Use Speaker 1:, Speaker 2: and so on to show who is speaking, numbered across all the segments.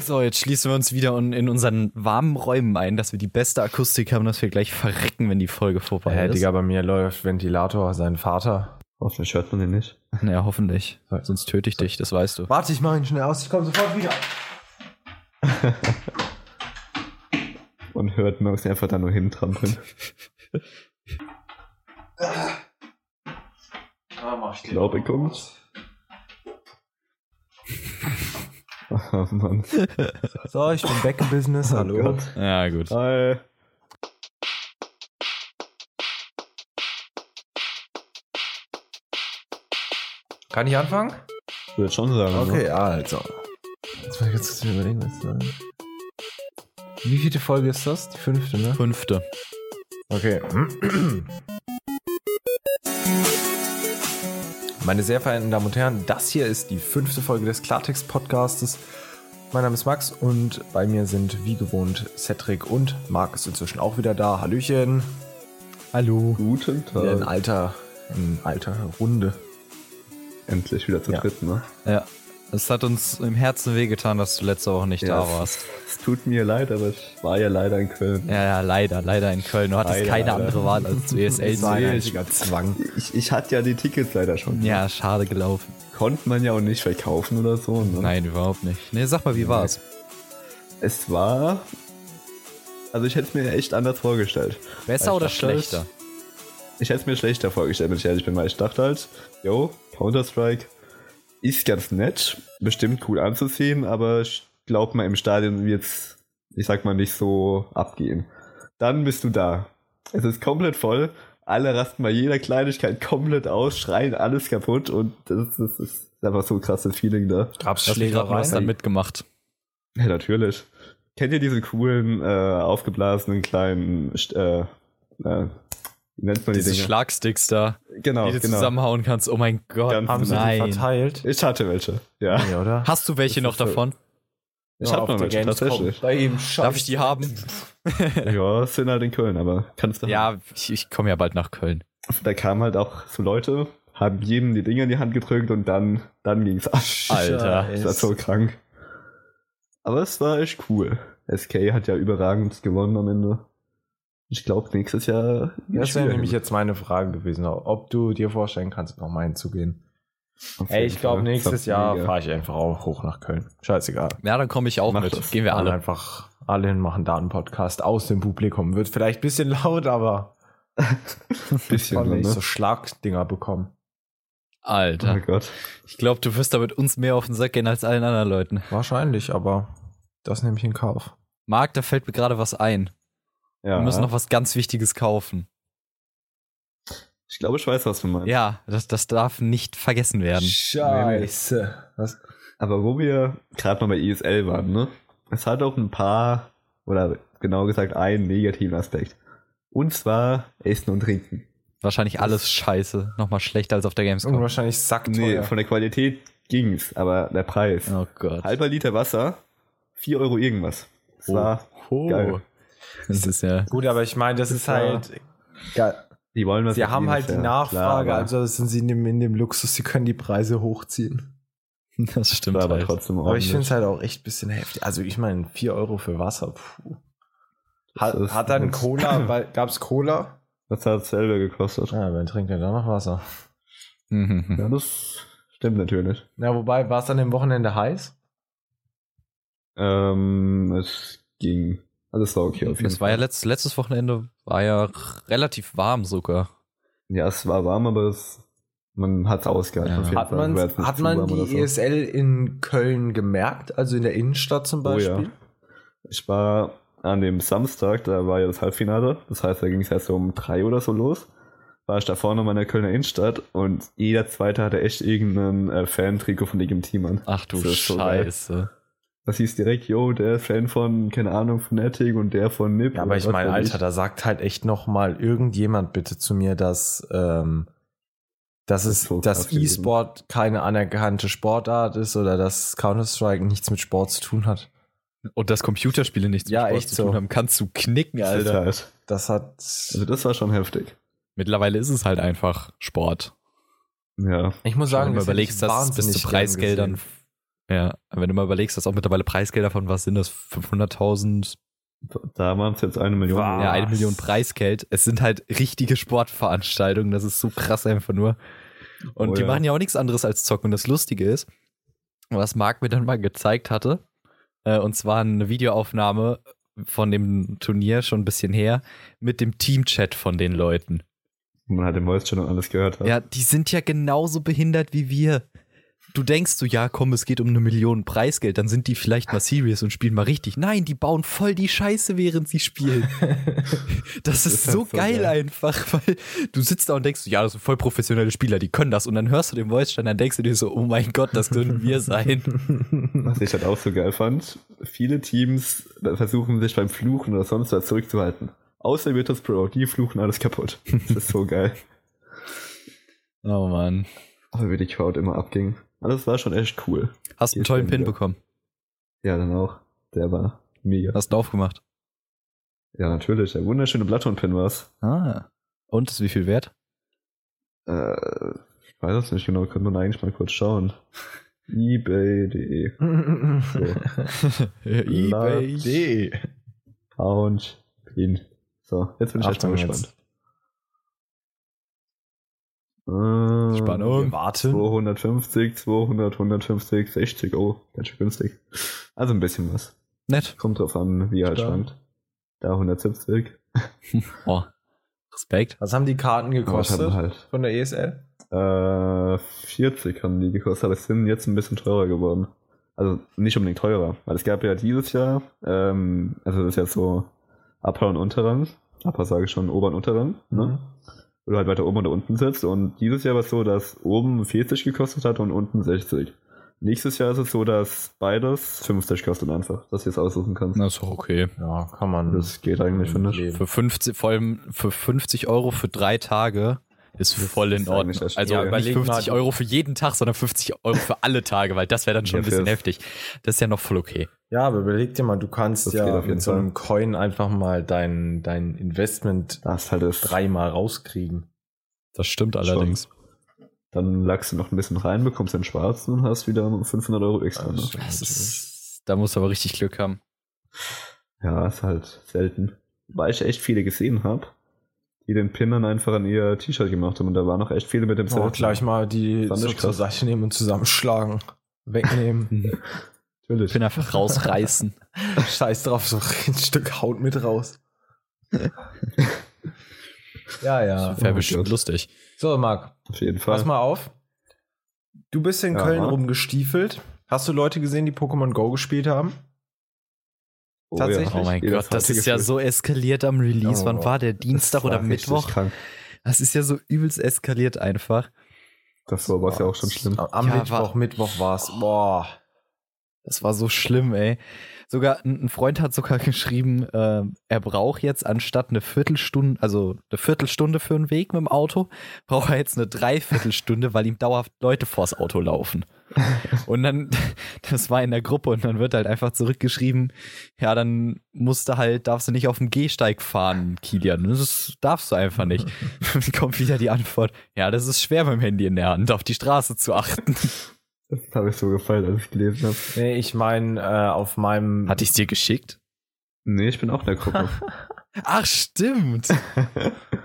Speaker 1: So, jetzt schließen wir uns wieder un- in unseren warmen Räumen ein, dass wir die beste Akustik haben, dass wir gleich verrecken, wenn die Folge vorbei
Speaker 2: Äh,
Speaker 1: ist.
Speaker 2: Digga, bei mir läuft Ventilator, sein Vater.
Speaker 3: Hoffentlich hört man den nicht.
Speaker 1: Naja, hoffentlich. Sonst töte ich dich, das weißt du.
Speaker 2: Warte, ich mach ihn schnell aus, ich komme sofort wieder.
Speaker 3: Und hört Merks einfach da nur hintrampeln. Ich glaube, er kommt. Ah, Mann.
Speaker 2: So, ich bin back in Business, hallo.
Speaker 3: Gott.
Speaker 1: Ja, gut.
Speaker 3: Hi.
Speaker 2: Kann ich anfangen?
Speaker 3: Ich würde schon sagen.
Speaker 2: Okay, also. Jetzt muss ich jetzt kurz überlegen, was ich sagen. Wie viele Folge ist das? Die fünfte, ne?
Speaker 1: Fünfte.
Speaker 2: Okay. Meine sehr verehrten Damen und Herren, das hier ist die fünfte Folge des Klartext-Podcastes. Mein Name ist Max und bei mir sind wie gewohnt Cedric und Marc ist inzwischen auch wieder da. Hallöchen. Hallo.
Speaker 3: So. Guten Tag.
Speaker 2: Wieder in alter, in alter Runde.
Speaker 3: Endlich wieder zu
Speaker 2: Ja.
Speaker 3: dritt, ne?
Speaker 1: Ja. Es hat uns im Herzen wehgetan, dass du letzte Woche nicht
Speaker 3: Ja.
Speaker 1: da warst.
Speaker 3: Es tut mir leid, aber ich war ja leider in Köln.
Speaker 1: Ja, ja, leider, leider in Köln. Du hattest
Speaker 3: Leider,
Speaker 1: keine
Speaker 3: leider.
Speaker 1: andere Wahl als zu ESL
Speaker 2: Es war ein
Speaker 1: zu gehen.
Speaker 2: richtiger Zwang.
Speaker 3: Ich, ich hatte ja die Tickets leider schon.
Speaker 1: Ja, schade gelaufen.
Speaker 3: Konnte man ja auch nicht verkaufen oder so. Ne?
Speaker 1: Nein, überhaupt nicht. Nee, sag mal, wie war's?
Speaker 3: Es war. Also ich hätte es mir echt anders vorgestellt.
Speaker 1: Besser
Speaker 3: Ich
Speaker 1: oder
Speaker 3: dachte, es-
Speaker 1: schlechter?
Speaker 3: Ich hätte es mir schlechter vorgestellt, wenn ich ehrlich bin, weil ich dachte halt, yo, Counter-Strike ist ganz nett, bestimmt cool anzuziehen, aber ich glaube mal im Stadion wird's, ich sag mal, nicht so abgehen. Dann bist du da. Es ist komplett voll, alle rasten bei jeder Kleinigkeit komplett aus, schreien alles kaputt und das, ist- das ist einfach so ein krasses Feeling da.
Speaker 2: Gab's
Speaker 1: Hast du gerade was dann mitgemacht?
Speaker 3: Ja, natürlich. Kennt ihr diese coolen, äh, aufgeblasenen kleinen, St- äh, äh, wie nennt man die
Speaker 1: Diese
Speaker 3: Dinge?
Speaker 1: Schlagsticks da,
Speaker 3: genau,
Speaker 1: die du
Speaker 3: genau.
Speaker 1: zusammenhauen kannst. Oh mein Gott,
Speaker 3: Ganz
Speaker 2: Haben sie die
Speaker 1: nein.
Speaker 2: verteilt?
Speaker 3: Ich hatte welche, ja.
Speaker 2: Ja, oder?
Speaker 1: Hast du welche noch davon?
Speaker 3: Ich hab noch welche, tatsächlich.
Speaker 2: Bei ihm
Speaker 1: Darf ich die haben?
Speaker 3: Ja, es sind halt in Köln, aber kannst du.
Speaker 1: Ja, ich, ich komme ja bald nach Köln.
Speaker 3: Da kamen halt auch so Leute, haben jedem die Dinger in die Hand gedrückt und dann, dann ging's ab.
Speaker 1: Alter.
Speaker 3: Das war so krank. Aber es war echt cool. SK hat ja überragend gewonnen am Ende. Ich glaube, nächstes Jahr.
Speaker 2: Das
Speaker 3: geht's
Speaker 2: wäre
Speaker 3: wieder
Speaker 2: nämlich
Speaker 3: hin.
Speaker 2: jetzt meine Frage gewesen, ob du dir vorstellen kannst, nochmal hinzugehen.
Speaker 3: Auf
Speaker 2: Ey,
Speaker 3: jeden
Speaker 2: ich glaube,
Speaker 3: Fall.
Speaker 2: nächstes
Speaker 3: Das war
Speaker 2: Jahr
Speaker 3: mega.
Speaker 2: fahre ich einfach auch hoch nach Köln. Scheißegal.
Speaker 1: Ja, dann komme ich auch
Speaker 3: Mach
Speaker 1: mit.
Speaker 3: das.
Speaker 1: Gehen wir
Speaker 2: Alle
Speaker 1: alle.
Speaker 2: einfach alle hin, machen da einen Podcast aus dem Publikum. Wird vielleicht ein bisschen laut, aber
Speaker 3: Bisschen,
Speaker 2: wollen wir
Speaker 3: ne?
Speaker 2: nicht so Schlagdinger bekommen.
Speaker 3: Oh
Speaker 1: Alter.
Speaker 3: mein Gott.
Speaker 1: Ich glaube, du wirst damit uns mehr auf den Sack gehen als allen anderen Leuten.
Speaker 2: Wahrscheinlich, aber das nehme ich in Kauf.
Speaker 1: Marc, da fällt mir gerade was ein.
Speaker 3: Ja.
Speaker 1: Wir müssen noch was ganz Wichtiges kaufen.
Speaker 3: ich glaube, ich weiß, was du meinst.
Speaker 1: Ja, das, das darf nicht vergessen werden.
Speaker 2: Scheiße. Was?
Speaker 3: Aber wo wir gerade mal bei ESL waren, ne? Es hat auch ein paar, oder genau gesagt einen negativen Aspekt. Und zwar Essen und Trinken.
Speaker 1: Wahrscheinlich alles scheiße. Nochmal schlechter als auf der Gamescom.
Speaker 2: Unwahrscheinlich
Speaker 3: Nee,
Speaker 2: sackteuer.
Speaker 3: von der Qualität ging's, aber der Preis.
Speaker 1: Oh Gott.
Speaker 3: Halber Liter Wasser, 4 Euro irgendwas. Das
Speaker 1: Oh.
Speaker 3: war,
Speaker 1: oh.
Speaker 3: geil.
Speaker 1: Das ist ja.
Speaker 2: Gut, aber ich meine, das ist
Speaker 3: Ja.
Speaker 2: halt. Ja,
Speaker 3: die wollen was
Speaker 2: sie
Speaker 3: mit
Speaker 2: haben
Speaker 3: ihnen,
Speaker 2: halt die
Speaker 3: ja,
Speaker 2: Nachfrage,
Speaker 3: klar, aber
Speaker 2: also sind sie in dem, in dem Luxus, sie können die Preise hochziehen.
Speaker 1: Das stimmt.
Speaker 3: war aber
Speaker 1: Halt.
Speaker 3: trotzdem
Speaker 2: Aber ich finde
Speaker 3: ordentlich.
Speaker 2: es halt auch echt ein bisschen heftig. Also ich meine, 4 Euro für Wasser, puh. Hat,
Speaker 3: Das ist-
Speaker 2: hat dann Cola, gab es Cola?
Speaker 3: Das hat selber gekostet.
Speaker 2: Ja, dann trinkt er da noch Wasser.
Speaker 1: Mhm.
Speaker 3: Ja, das stimmt natürlich.
Speaker 2: Na, wobei, war es an dem Wochenende heiß?
Speaker 3: Ähm, es ging. Also es war okay auf jeden
Speaker 1: Das war ja letztes, letztes Wochenende war ja relativ warm sogar.
Speaker 3: Ja, es war warm, aber es, man hat es ausgehalten.
Speaker 1: Ja.
Speaker 3: auf jeden
Speaker 2: Hat,
Speaker 3: Fall.
Speaker 2: man,
Speaker 3: War jetzt nicht
Speaker 2: hat
Speaker 3: zu
Speaker 2: man
Speaker 3: warm oder
Speaker 2: die
Speaker 3: so.
Speaker 2: ESL in Köln gemerkt? Also in der Innenstadt zum
Speaker 3: Oh ja.
Speaker 2: Beispiel?
Speaker 3: Ich war an dem Samstag, da war ja das Halbfinale, das heißt, da ging es erst so um drei oder so los. War ich da vorne mal in der Kölner Innenstadt und jeder Zweite hatte echt irgendeinen äh, Fan-Trikot von dem Team an.
Speaker 1: Ach du
Speaker 3: Das ist so geil.
Speaker 1: Scheiße.
Speaker 3: Das hieß direkt, yo, der ist Fan von, keine Ahnung, Fnatic und der von Nip.
Speaker 2: Ja, aber
Speaker 3: oder
Speaker 2: ich
Speaker 3: was
Speaker 2: meine,
Speaker 3: weiß
Speaker 2: Alter, da sagt halt echt noch mal irgendjemand bitte zu mir, dass, ähm, dass
Speaker 3: Das
Speaker 2: es,
Speaker 3: ist so
Speaker 2: dass
Speaker 3: krass gewesen.
Speaker 2: E-Sport keine anerkannte Sportart ist oder dass Counter-Strike nichts mit Sport zu tun hat.
Speaker 1: Und dass Computerspiele nichts
Speaker 2: Ja,
Speaker 1: mit Sport
Speaker 2: echt
Speaker 1: zu tun
Speaker 2: so.
Speaker 1: haben, kannst du knicken,
Speaker 3: Das ist
Speaker 1: Alter.
Speaker 3: halt,
Speaker 2: Das hat.
Speaker 3: also das war schon heftig.
Speaker 1: Mittlerweile ist es halt einfach Sport.
Speaker 3: Ja,
Speaker 2: Ich muss
Speaker 1: Wenn
Speaker 2: sagen,
Speaker 1: du
Speaker 2: das hätte
Speaker 1: überlegst,
Speaker 2: ich
Speaker 1: dass bis zu
Speaker 2: wahnsinnig gern
Speaker 1: Preisgeldern
Speaker 2: gesehen.
Speaker 1: Ja, aber wenn du mal überlegst, dass auch mittlerweile Preisgelder von was sind das? 500.000?
Speaker 3: Da waren es jetzt eine Million.
Speaker 2: Wow.
Speaker 1: Ja, eine
Speaker 2: Was?
Speaker 1: Million Preisgeld. Es sind halt richtige Sportveranstaltungen. Das ist so krass einfach nur. Und
Speaker 3: Oh
Speaker 1: die
Speaker 3: ja.
Speaker 1: machen ja auch nichts anderes als zocken. Und das Lustige ist, was Marc mir dann mal gezeigt hatte, äh, und zwar eine Videoaufnahme von dem Turnier schon ein bisschen her mit dem Teamchat von den Leuten.
Speaker 3: Man hat im Voice Channel alles gehört.
Speaker 1: Ja, die sind ja genauso behindert wie wir. Du denkst so, ja, komm, es geht um eine Million Preisgeld, dann sind die vielleicht mal serious und spielen mal richtig. Nein, die bauen voll die Scheiße, während sie spielen. Das ist,
Speaker 3: ist halt
Speaker 1: so,
Speaker 3: so
Speaker 1: geil
Speaker 3: geil.
Speaker 1: einfach, weil du sitzt da und denkst, ja, das sind voll professionelle Spieler, die können das. Und dann hörst du den Voice-Stand, dann denkst du dir so, oh mein Gott, das können wir sein.
Speaker 3: Was ich halt auch so geil fand, viele Teams versuchen sich beim Fluchen oder sonst was zurückzuhalten. Außer Virtus Pro, die fluchen alles kaputt. Das ist so geil.
Speaker 1: Oh Mann.
Speaker 3: Aber wie die Crowd immer abging. Alles war schon echt cool.
Speaker 1: Hast
Speaker 3: Hier
Speaker 1: einen tollen
Speaker 3: ist der
Speaker 1: Pin
Speaker 3: wieder.
Speaker 1: bekommen.
Speaker 3: Ja, dann auch. Der war mega.
Speaker 1: Hast ihn aufgemacht.
Speaker 3: Ja, natürlich. Der wunderschöne Blatton-Pin war's.
Speaker 1: Ah. Und ist wie viel wert?
Speaker 3: Äh, ich weiß es nicht genau, könnte man eigentlich mal kurz schauen. ebay.de so.
Speaker 1: eBay.
Speaker 3: ebay. Pound. Pin. So, jetzt bin ich echt
Speaker 2: Achtung
Speaker 3: mal gespannt.
Speaker 2: jetzt.
Speaker 3: Ähm,
Speaker 1: Spannung.
Speaker 2: Wir warten.
Speaker 3: 250, 200, 150, 60. Oh, ganz schön günstig. Also ein bisschen was.
Speaker 1: Nett.
Speaker 3: Kommt drauf an, wie er halt
Speaker 2: Stark.
Speaker 3: schwankt. Da 170.
Speaker 1: Oh. Respekt.
Speaker 2: Was haben die Karten
Speaker 3: Aber
Speaker 2: gekostet
Speaker 3: Halt.
Speaker 2: von der E ESL?
Speaker 3: Äh, 40 haben die gekostet, aber es sind jetzt ein bisschen teurer geworden. Also nicht unbedingt teurer, weil es gab ja dieses Jahr, ähm, also das ist jetzt so Upper und Unterrang. Upper sage ich schon, Ober und Unterrang, ne? Oder halt weiter oben oder unten sitzt. Und dieses Jahr war es so, dass oben 40 gekostet hat und unten 60. Nächstes Jahr ist es so, dass beides 50 kostet einfach, dass du es aussuchen kannst.
Speaker 1: Na, ist doch okay.
Speaker 2: Ja, kann man.
Speaker 3: Das geht eigentlich, finde ich.
Speaker 2: Leben.
Speaker 1: Für 50, vor allem für 50 Euro für drei Tage ist
Speaker 3: Das
Speaker 1: voll in
Speaker 3: ist
Speaker 1: Ordnung.
Speaker 3: eigentlich das-
Speaker 1: Also
Speaker 3: Ja,
Speaker 1: nicht
Speaker 2: überleg mal.
Speaker 1: 50 Euro für jeden Tag, sondern 50 Euro für alle Tage, weil das wäre dann schon ein
Speaker 3: Ja,
Speaker 1: bisschen
Speaker 3: das-
Speaker 1: heftig. Das ist ja noch voll okay.
Speaker 2: Ja, aber überleg dir mal, du kannst
Speaker 3: Das geht
Speaker 2: ja
Speaker 3: auf jeden
Speaker 2: mit so
Speaker 3: Fall.
Speaker 2: einem Coin einfach mal dein, dein Investment
Speaker 3: Das ist halt das.
Speaker 2: dreimal rauskriegen.
Speaker 1: Das stimmt
Speaker 3: allerdings. Dann lagst du noch ein bisschen rein, bekommst den schwarzen und hast wieder 500 Euro extra. Ne?
Speaker 1: Das ist, da musst du aber richtig Glück haben.
Speaker 3: Ja, ist halt selten. Weil ich echt viele gesehen habe, die den Pin dann einfach an ihr T-Shirt gemacht haben. Und da waren noch echt viele mit dem
Speaker 2: Oh,
Speaker 3: selben.
Speaker 2: gleich mal die
Speaker 3: Fand
Speaker 2: so
Speaker 3: ich
Speaker 2: zur
Speaker 3: krass.
Speaker 2: Seite nehmen und zusammenschlagen. Wegnehmen.
Speaker 3: Mhm.
Speaker 1: Ich
Speaker 3: Natürlich.
Speaker 1: bin einfach rausreißen.
Speaker 2: Scheiß drauf, so ein Stück Haut mit raus. ja, ja.
Speaker 1: Wäre
Speaker 3: Oh
Speaker 1: bestimmt
Speaker 3: Gott.
Speaker 1: lustig.
Speaker 2: So, Marc,
Speaker 3: Auf jeden Fall.
Speaker 2: pass mal auf. Du bist in
Speaker 3: Ja,
Speaker 2: Köln
Speaker 3: Marc.
Speaker 2: rumgestiefelt. Hast du Leute gesehen, die Pokémon Go gespielt haben?
Speaker 3: oh,
Speaker 2: tatsächlich.
Speaker 1: Oh mein
Speaker 3: Jeder
Speaker 1: Gott, das
Speaker 3: fertige
Speaker 1: ist ja
Speaker 3: Film.
Speaker 1: so eskaliert am Release.
Speaker 2: Oh,
Speaker 1: Wann war der?
Speaker 3: Das
Speaker 1: Dienstag oder
Speaker 3: war richtig
Speaker 1: Mittwoch?
Speaker 3: Krank.
Speaker 1: Das ist ja so übelst eskaliert einfach.
Speaker 3: Davor war es ja auch schon schlimm.
Speaker 2: Am
Speaker 1: Ja,
Speaker 2: Mittwoch,
Speaker 1: war-
Speaker 2: Mittwoch war es. Boah.
Speaker 1: Das war so schlimm, ey. Sogar ein ein Freund hat sogar geschrieben, äh, er braucht jetzt anstatt eine Viertelstunde, also eine Viertelstunde für einen Weg mit dem Auto, braucht er jetzt eine Dreiviertelstunde, weil ihm dauerhaft Leute vors Auto laufen. Und dann, das war in der Gruppe und dann wird halt einfach zurückgeschrieben, ja, dann musst du halt, darfst du nicht auf dem Gehsteig fahren, Kilian. Das darfst du einfach nicht. Dann kommt wieder die Antwort, ja, das ist schwer mit dem Handy in der Hand, auf die Straße zu achten.
Speaker 3: Das habe ich so gefallen, als ich gelesen habe.
Speaker 2: Nee, ich meine, äh, auf meinem.
Speaker 1: Hatte ich dir geschickt?
Speaker 3: Nee, ich bin auch in der Gruppe.
Speaker 1: Ach, stimmt.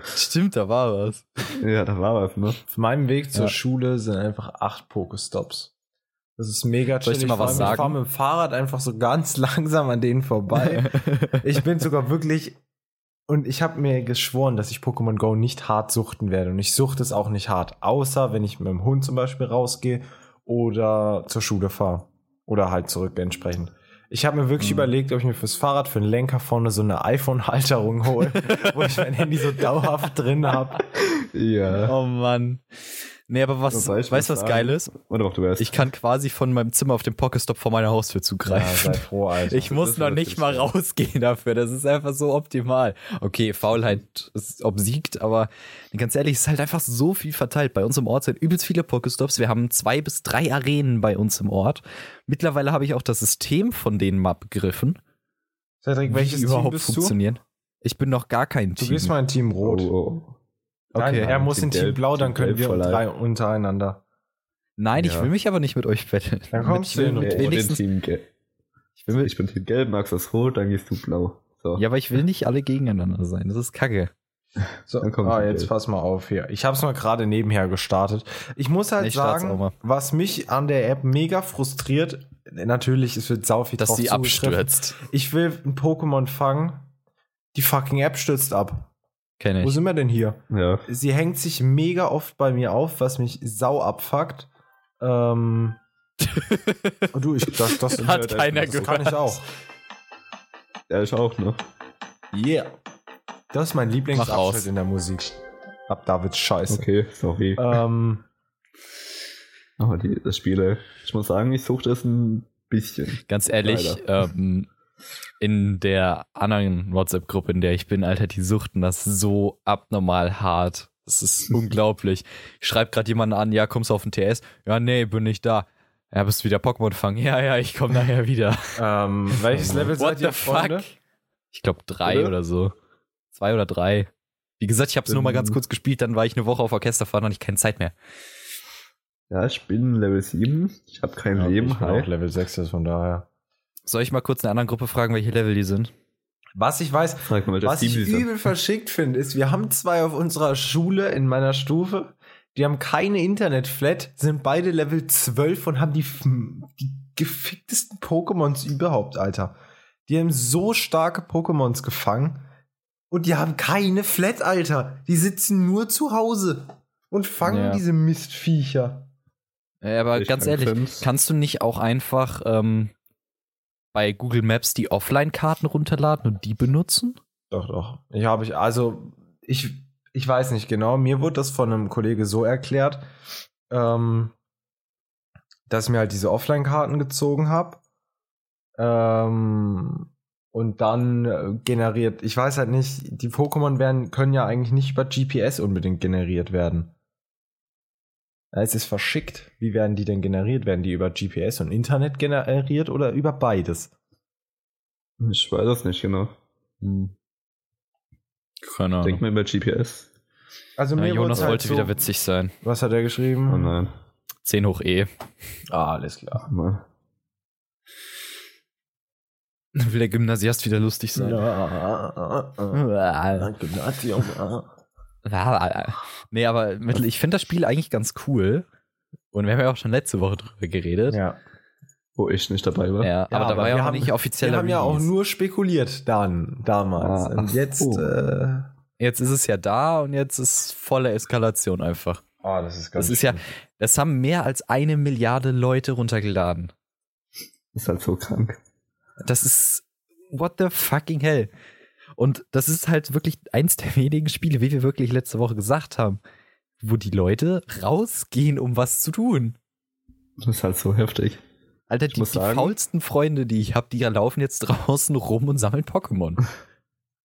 Speaker 1: stimmt, da war was.
Speaker 3: ja, da war was, ne?
Speaker 2: Auf meinem Weg zur
Speaker 1: Ja.
Speaker 2: Schule sind einfach acht Pokestops. Das ist mega
Speaker 1: Soll ich dir mal
Speaker 2: Vor
Speaker 1: was
Speaker 2: allem,
Speaker 1: sagen?
Speaker 2: Ich fahre mit dem Fahrrad einfach so ganz langsam an denen vorbei. ich bin sogar wirklich. Und ich habe mir geschworen, dass ich Pokémon Go nicht hart suchten werde. Und ich suchte es auch nicht hart. Außer wenn ich mit dem Hund zum Beispiel rausgehe oder zur Schule fahre. Oder halt zurück entsprechend. Ich habe mir wirklich
Speaker 1: Mhm.
Speaker 2: überlegt, ob ich mir fürs Fahrrad, für den Lenker vorne so eine iPhone-Halterung hole, wo ich mein Handy so dauerhaft drin habe.
Speaker 3: Ja.
Speaker 1: Oh Mann. Nee, aber was,
Speaker 3: Wobei ich
Speaker 1: weißt
Speaker 3: muss
Speaker 1: du, was
Speaker 3: sagen-
Speaker 1: geil ist?
Speaker 3: Oder auch du wärst.
Speaker 1: Ich kann quasi von meinem Zimmer auf den Pockestop vor meiner Haustür zugreifen.
Speaker 2: sei froh, Alter.
Speaker 1: ich muss
Speaker 3: ist
Speaker 1: noch
Speaker 3: natürlich
Speaker 1: nicht mal
Speaker 3: geil.
Speaker 1: rausgehen dafür. Das ist einfach so optimal. Okay, Faulheit ist obsiegt, aber ganz ehrlich, es ist halt einfach so viel verteilt. Bei uns im Ort sind übelst viele Pokestops. Wir haben zwei bis drei Arenen bei uns im Ort. Mittlerweile habe ich auch das System von denen mal begriffen,
Speaker 2: Cedric,
Speaker 1: die
Speaker 2: welches Team
Speaker 1: überhaupt
Speaker 2: bist du?
Speaker 1: funktionieren. Ich bin noch gar kein
Speaker 2: Du
Speaker 1: Team.
Speaker 2: gehst mal in Team
Speaker 3: oh,
Speaker 2: Rot.
Speaker 3: oh.
Speaker 2: Nein,
Speaker 1: Okay.
Speaker 2: er muss
Speaker 3: Team
Speaker 2: in Team
Speaker 3: Gelb,
Speaker 2: Blau, dann
Speaker 3: Team
Speaker 2: können
Speaker 3: Gelb
Speaker 2: wir um
Speaker 3: for life.
Speaker 2: drei untereinander.
Speaker 1: Nein, ich
Speaker 3: Ja.
Speaker 1: will mich aber nicht mit euch betteln.
Speaker 2: Dann kommst
Speaker 1: ich will
Speaker 2: du hin.
Speaker 1: mit
Speaker 3: Äh,
Speaker 1: wenigstens,
Speaker 3: ich, bin Team Gelb.
Speaker 1: ich will mit,
Speaker 3: ich bin Team Gelb, Max ist Rot, dann gehst du Blau. So.
Speaker 1: ja, aber ich will nicht alle gegeneinander sein. Das ist kacke.
Speaker 2: So,
Speaker 3: Dann komm,
Speaker 2: ah,
Speaker 3: Michael.
Speaker 2: jetzt pass mal auf hier. Ich habe es mal gerade nebenher gestartet. Ich muss halt
Speaker 1: Ich start's auch
Speaker 2: sagen,
Speaker 1: mal.
Speaker 2: was mich an der App mega frustriert, natürlich, es wird sau viel
Speaker 1: Dass
Speaker 2: drauf
Speaker 1: sie
Speaker 2: zugegriffen.
Speaker 1: abstürzt.
Speaker 2: Ich will ein Pokémon fangen. Die fucking App stürzt ab.
Speaker 1: Kenne
Speaker 2: Wo
Speaker 1: ich.
Speaker 2: sind wir denn hier?
Speaker 3: Ja.
Speaker 2: Sie hängt sich mega oft bei mir auf, was mich sau abfuckt. Ähm, oh du, ich, das, das,
Speaker 3: Hat keiner
Speaker 2: das kann ich auch.
Speaker 3: Ja, ich auch, ne?
Speaker 2: Yeah. Das ist mein
Speaker 1: Mach aus.
Speaker 2: Lieblingsabschnitt in der Musik. Ab Davids Scheiße.
Speaker 3: Okay, sorry.
Speaker 2: Ähm,
Speaker 3: Aber die, das Spiel, ey. ich muss sagen, ich suche das ein bisschen.
Speaker 1: Ganz ehrlich, ähm, in der anderen WhatsApp-Gruppe, in der ich bin, Alter, die suchten das so abnormal hart. Das ist unglaublich. Ich schreibe gerade jemanden an, ja, kommst du auf den TS? Ja, nee, bin nicht da. Ja, bist wieder Pokémon fangen. Ja, ja, ich komme nachher wieder.
Speaker 2: Ähm, welches
Speaker 1: Äh,
Speaker 2: Level seid ihr, Freunde?
Speaker 1: Ich glaube drei
Speaker 3: Oder?
Speaker 1: oder? so. Zwei oder drei. Wie gesagt, ich habe es nur mal ganz kurz gespielt, dann war ich eine Woche auf Orchesterfahren und ich keine Zeit mehr.
Speaker 3: Ja, ich bin Level 7. Ich habe kein Leben. halt?
Speaker 2: ich bin
Speaker 3: hi.
Speaker 2: auch Level 6 ist von daher.
Speaker 1: Soll ich mal kurz in einer anderen Gruppe fragen, welche Level die sind?
Speaker 2: Was ich weiß,
Speaker 3: Sag mal, das
Speaker 2: was ich
Speaker 3: Team ist.
Speaker 2: übel verschickt finde, ist, wir haben zwei auf unserer Schule in meiner Stufe, die haben keine Internetflat, sind beide Level 12 und haben die, f- die geficktesten Pokémons überhaupt, Alter. Die haben so starke Pokémons gefangen und die haben keine Flat, Alter. Die sitzen nur zu Hause und fangen
Speaker 1: Ja.
Speaker 2: diese Mistviecher.
Speaker 1: Ja, aber
Speaker 3: Ich
Speaker 1: ganz
Speaker 3: kann
Speaker 1: ehrlich,
Speaker 3: fünf.
Speaker 1: kannst du nicht auch einfach ähm, bei Google Maps die Offline-Karten runterladen und die benutzen?
Speaker 2: Doch, doch. Ich habe ich, also, ich, ich weiß nicht genau. Mir wurde das von einem Kollege so erklärt, ähm, dass ich mir halt diese Offline-Karten gezogen habe. Ähm, und dann äh, generiert, ich weiß halt nicht, die Pokémon werden, können ja eigentlich nicht über GPS unbedingt generiert werden. Ja, Es ist verschickt. Wie werden die denn generiert? Werden die über GPS und Internet generiert oder über beides?
Speaker 3: Ich weiß das nicht genau.
Speaker 1: Keine
Speaker 3: Denk mal über GPS.
Speaker 2: Also
Speaker 1: Ja,
Speaker 2: mir wurde
Speaker 1: Jonas
Speaker 2: es halt
Speaker 1: wollte
Speaker 2: so,
Speaker 1: wieder witzig sein.
Speaker 2: Was hat er geschrieben?
Speaker 3: Oh nein.
Speaker 1: 10 hoch E.
Speaker 2: Ah, alles klar.
Speaker 3: Mal.
Speaker 1: Will der Gymnasiast wieder lustig sein?
Speaker 3: äh,
Speaker 1: äh, Nee, aber mittel- Also ich finde das Spiel eigentlich ganz cool. Und wir haben ja auch schon letzte Woche drüber geredet.
Speaker 2: Ja.
Speaker 3: Wo ich nicht dabei war.
Speaker 1: Ja, aber da
Speaker 2: aber
Speaker 1: war ja
Speaker 2: wir
Speaker 1: auch
Speaker 2: haben-
Speaker 1: nicht offiziell.
Speaker 2: Wir haben ja auch nur spekuliert dann, damals.
Speaker 3: Ah,
Speaker 2: Und
Speaker 3: ach
Speaker 2: jetzt.
Speaker 3: so.
Speaker 2: Äh,
Speaker 1: Jetzt ist es ja da und jetzt ist volle Eskalation einfach.
Speaker 2: ah, das ist
Speaker 1: Das ist ja, das haben mehr als eine Milliarde Leute runtergeladen.
Speaker 3: Ist halt so krank.
Speaker 1: Das ist what the fucking hell. Und das ist halt wirklich eins der wenigen Spiele, wie wir wirklich letzte Woche gesagt haben, wo die Leute rausgehen, um was zu tun.
Speaker 3: Das ist halt so heftig.
Speaker 1: Alter,
Speaker 3: Ich
Speaker 1: die,
Speaker 3: muss
Speaker 1: die
Speaker 3: sagen-
Speaker 1: faulsten Freunde, die ich habe, die laufen jetzt draußen rum und sammeln Pokémon.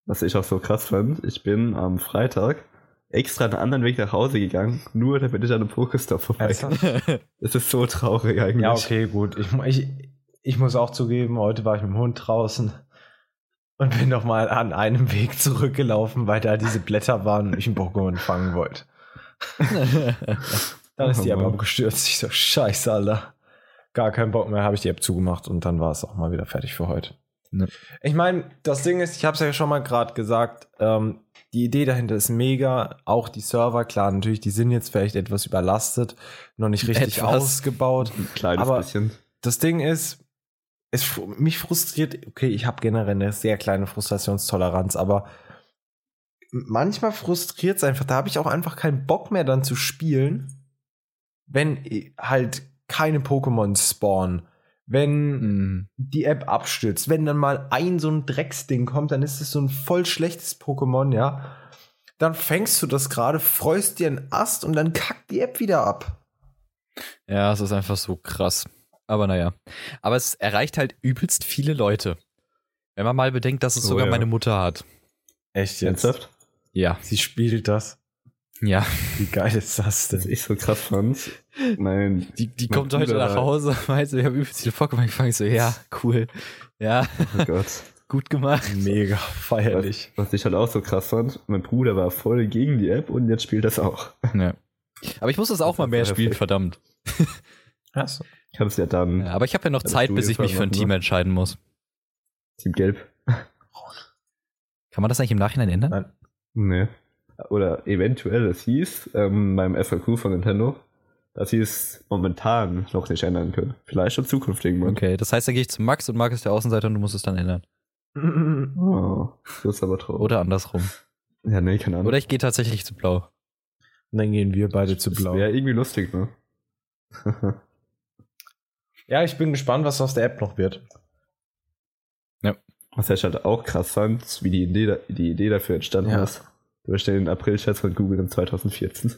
Speaker 3: Was ich auch so krass fand, ich bin am Freitag extra einen anderen Weg nach Hause gegangen, nur damit ich an einem Pokestop vorbei kann.
Speaker 2: Ernsthaft?
Speaker 3: Es ist so traurig eigentlich.
Speaker 2: Ja, okay, gut. Ich, mu- ich, ich muss auch zugeben, heute war ich mit dem Hund draußen und bin noch mal an einem Weg zurückgelaufen, weil da diese Blätter waren und ich einen Pokémon fangen wollte. Dann ist die App
Speaker 3: Oh Mann.
Speaker 2: abgestürzt. Ich so, scheiße, Alter. Gar keinen Bock mehr, habe ich die App zugemacht und dann war es auch mal wieder fertig für heute.
Speaker 1: Ne.
Speaker 2: Ich meine, das Ding ist, ich habe es ja schon mal gerade gesagt, ähm, die Idee dahinter ist mega. Auch die Server, klar, natürlich, die sind jetzt vielleicht etwas überlastet, noch nicht richtig
Speaker 1: Etwas.
Speaker 2: ausgebaut.
Speaker 3: Ein kleines
Speaker 2: Aber-
Speaker 3: bisschen.
Speaker 2: Das Ding ist, es, fr- mich frustriert, okay, ich habe generell eine sehr kleine Frustrationstoleranz, aber manchmal frustriert es einfach. Da habe ich auch einfach keinen Bock mehr dann zu spielen, wenn i- halt keine Pokémon spawnen. Wenn
Speaker 1: Mm.
Speaker 2: die App abstürzt, wenn dann mal ein so ein Drecksding kommt, dann ist es so ein voll schlechtes Pokémon, ja. Dann fängst du das gerade, freust dir einen Ast und dann kackt die App wieder ab.
Speaker 1: Ja, es ist einfach so krass. Aber naja. Aber es erreicht halt übelst viele Leute. Wenn man mal bedenkt, dass es
Speaker 3: Oh,
Speaker 1: sogar
Speaker 3: ja.
Speaker 1: meine Mutter hat.
Speaker 2: Echt
Speaker 3: Ernsthaft?
Speaker 1: Ja,
Speaker 2: Sie spielt das.
Speaker 1: ja.
Speaker 2: Wie geil ist das
Speaker 3: Was
Speaker 2: denn?
Speaker 3: ich so krass fand. Mein,
Speaker 1: Die, die
Speaker 3: Mein
Speaker 1: kommt heute
Speaker 3: Bruder-
Speaker 1: nach Hause und meint so, ich habe übelst viele Pokémon gefangen. Ich so, ja, cool. Ja,
Speaker 3: oh Gott.
Speaker 1: gut gemacht.
Speaker 2: Mega feierlich.
Speaker 3: Was ich halt auch so krass fand, mein Bruder war voll gegen die App und jetzt spielt das auch.
Speaker 1: Ja. Aber ich muss das auch mal mehr
Speaker 3: perfekt.
Speaker 1: spielen, verdammt.
Speaker 2: Achso.
Speaker 3: Kannst ja dann
Speaker 1: Ja, aber ich habe ja noch
Speaker 3: das
Speaker 1: Zeit, bis
Speaker 3: Studio
Speaker 1: ich mich für ein
Speaker 3: verlassen,
Speaker 1: Team
Speaker 3: ne?
Speaker 1: entscheiden muss.
Speaker 3: Team Gelb.
Speaker 1: Kann man das eigentlich im Nachhinein ändern?
Speaker 2: Nein.
Speaker 3: Nee. ne? Oder eventuell, es hieß ähm, beim FAQ von Nintendo, dass sie es momentan noch nicht ändern können. Vielleicht in Zukunft irgendwann.
Speaker 1: Okay, das heißt, da gehe ich zu Max und Max ist der Außenseiter und du musst es dann ändern.
Speaker 3: Oh, das ist aber traurig.
Speaker 1: Oder andersrum.
Speaker 3: Ja, nee, keine Ahnung.
Speaker 1: Oder ich gehe tatsächlich zu Blau.
Speaker 2: Und dann gehen wir beide zu
Speaker 3: das
Speaker 2: blau.
Speaker 3: wäre irgendwie lustig, ne?
Speaker 2: Ja, ich bin gespannt, was aus der App noch wird.
Speaker 3: Was ich halt auch krass fand, wie die Idee, da, die Idee dafür entstanden
Speaker 2: Ja.
Speaker 3: ist. Durch den April-Chat von Google im 2014.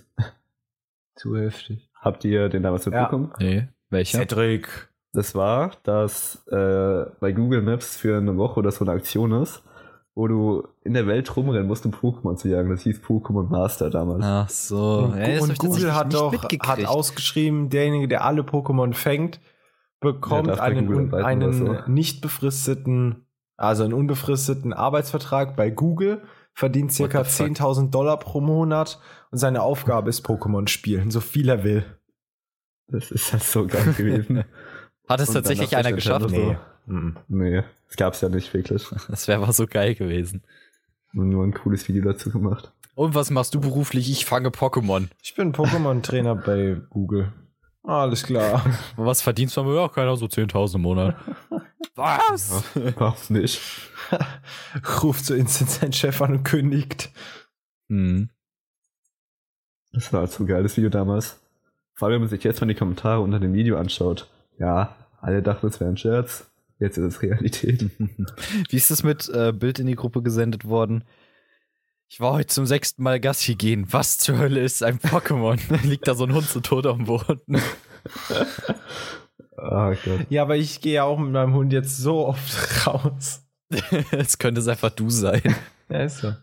Speaker 2: Zu heftig.
Speaker 3: Habt ihr den damals
Speaker 2: Ja.
Speaker 3: mitbekommen?
Speaker 1: Nee, welcher?
Speaker 2: Cedric.
Speaker 3: Das war, dass äh, bei Google Maps für eine Woche oder so eine Aktion ist, wo du in der Welt rumrennen musst, um Pokémon zu jagen. Das hieß Pokémon Master damals.
Speaker 1: Ach so.
Speaker 2: und
Speaker 1: Ja, das hab
Speaker 2: und
Speaker 1: ich
Speaker 2: Google
Speaker 1: tatsächlich
Speaker 2: hat
Speaker 1: nicht
Speaker 2: doch
Speaker 1: mitgekriegt.
Speaker 2: hat ausgeschrieben, derjenige, der alle Pokémon fängt, bekommt
Speaker 3: Der darf bei
Speaker 2: einen,
Speaker 3: Google
Speaker 2: un-
Speaker 3: arbeiten
Speaker 2: einen
Speaker 3: oder so.
Speaker 2: nicht befristeten, also einen unbefristeten Arbeitsvertrag bei Google, verdient circa
Speaker 1: What the fuck?
Speaker 2: 10.000 Dollar pro Monat und seine Aufgabe ist Pokémon spielen, so viel er will.
Speaker 3: Das ist das so geil gewesen.
Speaker 1: Hat es
Speaker 3: Und
Speaker 1: tatsächlich
Speaker 3: danach
Speaker 1: einer
Speaker 3: ist Nintendo
Speaker 1: geschafft?
Speaker 3: so.
Speaker 2: Mhm.
Speaker 3: Nee, das gab's ja nicht wirklich.
Speaker 1: Das wäre aber so geil gewesen.
Speaker 3: Nur ein cooles Video dazu gemacht.
Speaker 1: Und was machst du beruflich? Ich fange Pokémon.
Speaker 2: Ich bin Pokémon-Trainer bei Google. Alles klar.
Speaker 1: Und was verdienst du? Ja, keiner, so 10.000 im Monat. Was?
Speaker 3: Warum nicht?
Speaker 2: Ruft so instant seinen Chef an und kündigt.
Speaker 1: Hm.
Speaker 3: Das war halt so ein geiles Video damals. Vor allem, wenn man sich jetzt mal die Kommentare unter dem Video anschaut. Ja, alle dachten, es wäre ein Scherz. Jetzt ist es Realität.
Speaker 1: Wie ist das mit äh, Bild in die Gruppe gesendet worden? Ich war heute zum sechsten Mal Gashygienen. Was zur Hölle ist ein Pokémon? Liegt da so ein Hund zu Tode am Boden?
Speaker 3: Ah Gott.
Speaker 2: Ja, aber ich gehe ja auch mit meinem Hund jetzt so oft raus.
Speaker 1: Es könnte es einfach du sein.
Speaker 2: Ja, ist so.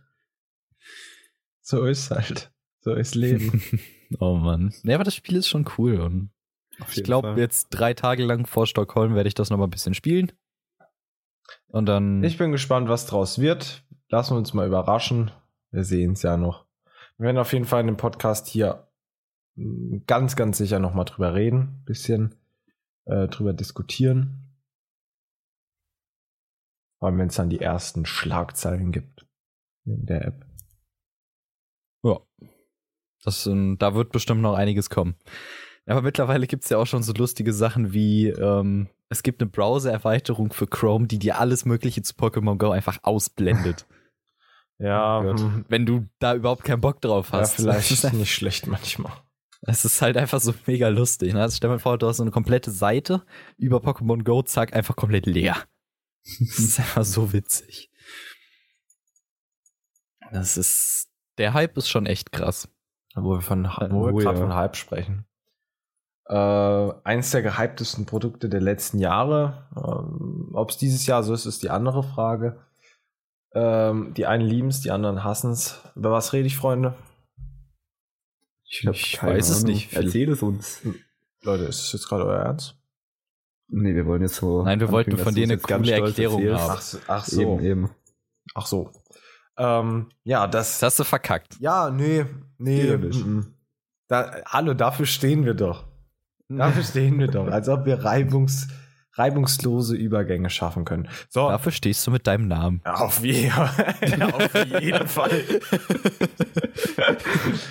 Speaker 2: So ist halt. So ist Leben.
Speaker 1: oh Mann. Nee, aber das Spiel ist schon cool. Und ich glaube, jetzt drei Tage lang vor Stockholm werde ich das nochmal ein bisschen spielen. Und dann.
Speaker 2: ich bin gespannt, was draus wird. Lassen wir uns mal überraschen. Wir sehen es ja noch. Wir werden auf jeden Fall in dem Podcast hier mm, ganz, ganz sicher nochmal drüber reden. Bisschen äh, drüber diskutieren. Vor allem, wenn es dann die ersten Schlagzeilen gibt in der App.
Speaker 1: Das, ähm, da wird bestimmt noch einiges kommen. Aber mittlerweile gibt es ja auch schon so lustige Sachen wie, ähm, es gibt eine Browser-Erweiterung für Chrome, die dir alles Mögliche zu Pokémon Go einfach ausblendet.
Speaker 2: Ja,
Speaker 3: Gott.
Speaker 2: hm,
Speaker 1: wenn du da überhaupt keinen Bock drauf
Speaker 2: ja
Speaker 1: hast. Das
Speaker 2: vielleicht
Speaker 1: ist,
Speaker 2: nicht schlecht manchmal.
Speaker 1: es ist halt einfach so mega lustig. Ne? Also stell mal vor, du hast so eine komplette Seite über Pokémon Go, zack, einfach komplett leer. das ist einfach so witzig. Das ist. Der Hype ist schon echt krass.
Speaker 2: Wo wir, von, wo
Speaker 3: Oh,
Speaker 2: wir gerade
Speaker 3: ja.
Speaker 2: von Hype sprechen. Äh, eins der gehyptesten Produkte der letzten Jahre. Ähm, Ob es dieses Jahr so ist, ist die andere Frage. Ähm, die einen lieben es, die anderen hassen es. Über was rede ich, Freunde?
Speaker 3: Ich, hab
Speaker 1: Ich
Speaker 3: keine
Speaker 1: weiß es
Speaker 3: Ahnung.
Speaker 1: nicht viel.
Speaker 3: Erzähl es uns.
Speaker 2: Leute, ist es jetzt gerade euer Ernst?
Speaker 3: Nee, wir wollen jetzt so.
Speaker 1: Nein, wir wollten
Speaker 3: ankündigen,
Speaker 1: von
Speaker 3: dass
Speaker 1: dir eine
Speaker 3: du es jetzt ganz
Speaker 1: coole
Speaker 3: stolz
Speaker 1: Erklärung
Speaker 3: erzählst.
Speaker 1: haben.
Speaker 2: Ach, so- ach so.
Speaker 3: Eben, eben.
Speaker 2: Ach so. Ähm, ja, das,
Speaker 1: Das hast du verkackt.
Speaker 2: Ja, nee, nee.
Speaker 3: Geht ja nicht.
Speaker 2: mm, mm. Da, hallo, dafür stehen wir doch. Dafür stehen wir doch. Als ob wir reibungs, reibungslose Übergänge schaffen können. So,
Speaker 1: Dafür stehst du mit deinem Namen.
Speaker 2: auf, je auf jeden Fall.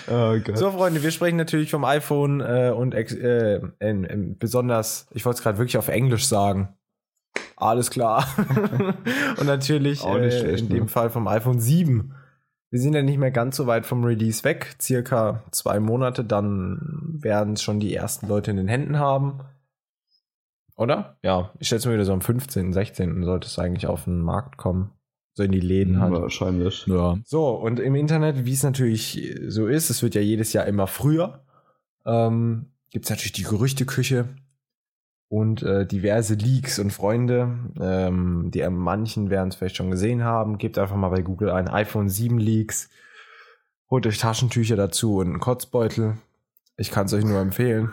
Speaker 3: Oh Gott.
Speaker 2: So, Freunde, wir sprechen natürlich vom iPhone äh, und ex äh, ähm, ähm, besonders, ich wollte es gerade wirklich auf Englisch sagen. Alles klar. und natürlich
Speaker 3: Auch nicht
Speaker 2: äh,
Speaker 3: schlecht,
Speaker 2: in
Speaker 3: ne?
Speaker 2: dem Fall vom iPhone 7. Wir sind ja nicht mehr ganz so weit vom Release weg, circa zwei Monate, dann werden es schon die ersten Leute in den Händen haben. Oder? Ja, ich schätze mal wieder so am 15., 16. sollte es eigentlich auf den Markt kommen. So in die Läden halt.
Speaker 3: Wahrscheinlich.
Speaker 1: Ja.
Speaker 2: So, und im Internet, wie es natürlich so ist, es wird ja jedes Jahr immer früher, ähm, gibt es natürlich die Gerüchteküche und äh, diverse Leaks und Freunde, ähm, die äh, manchen werden es vielleicht schon gesehen haben, gebt einfach mal bei Google ein iPhone 7 Leaks, holt euch Taschentücher dazu und einen Kotzbeutel. Ich kann es euch nur empfehlen.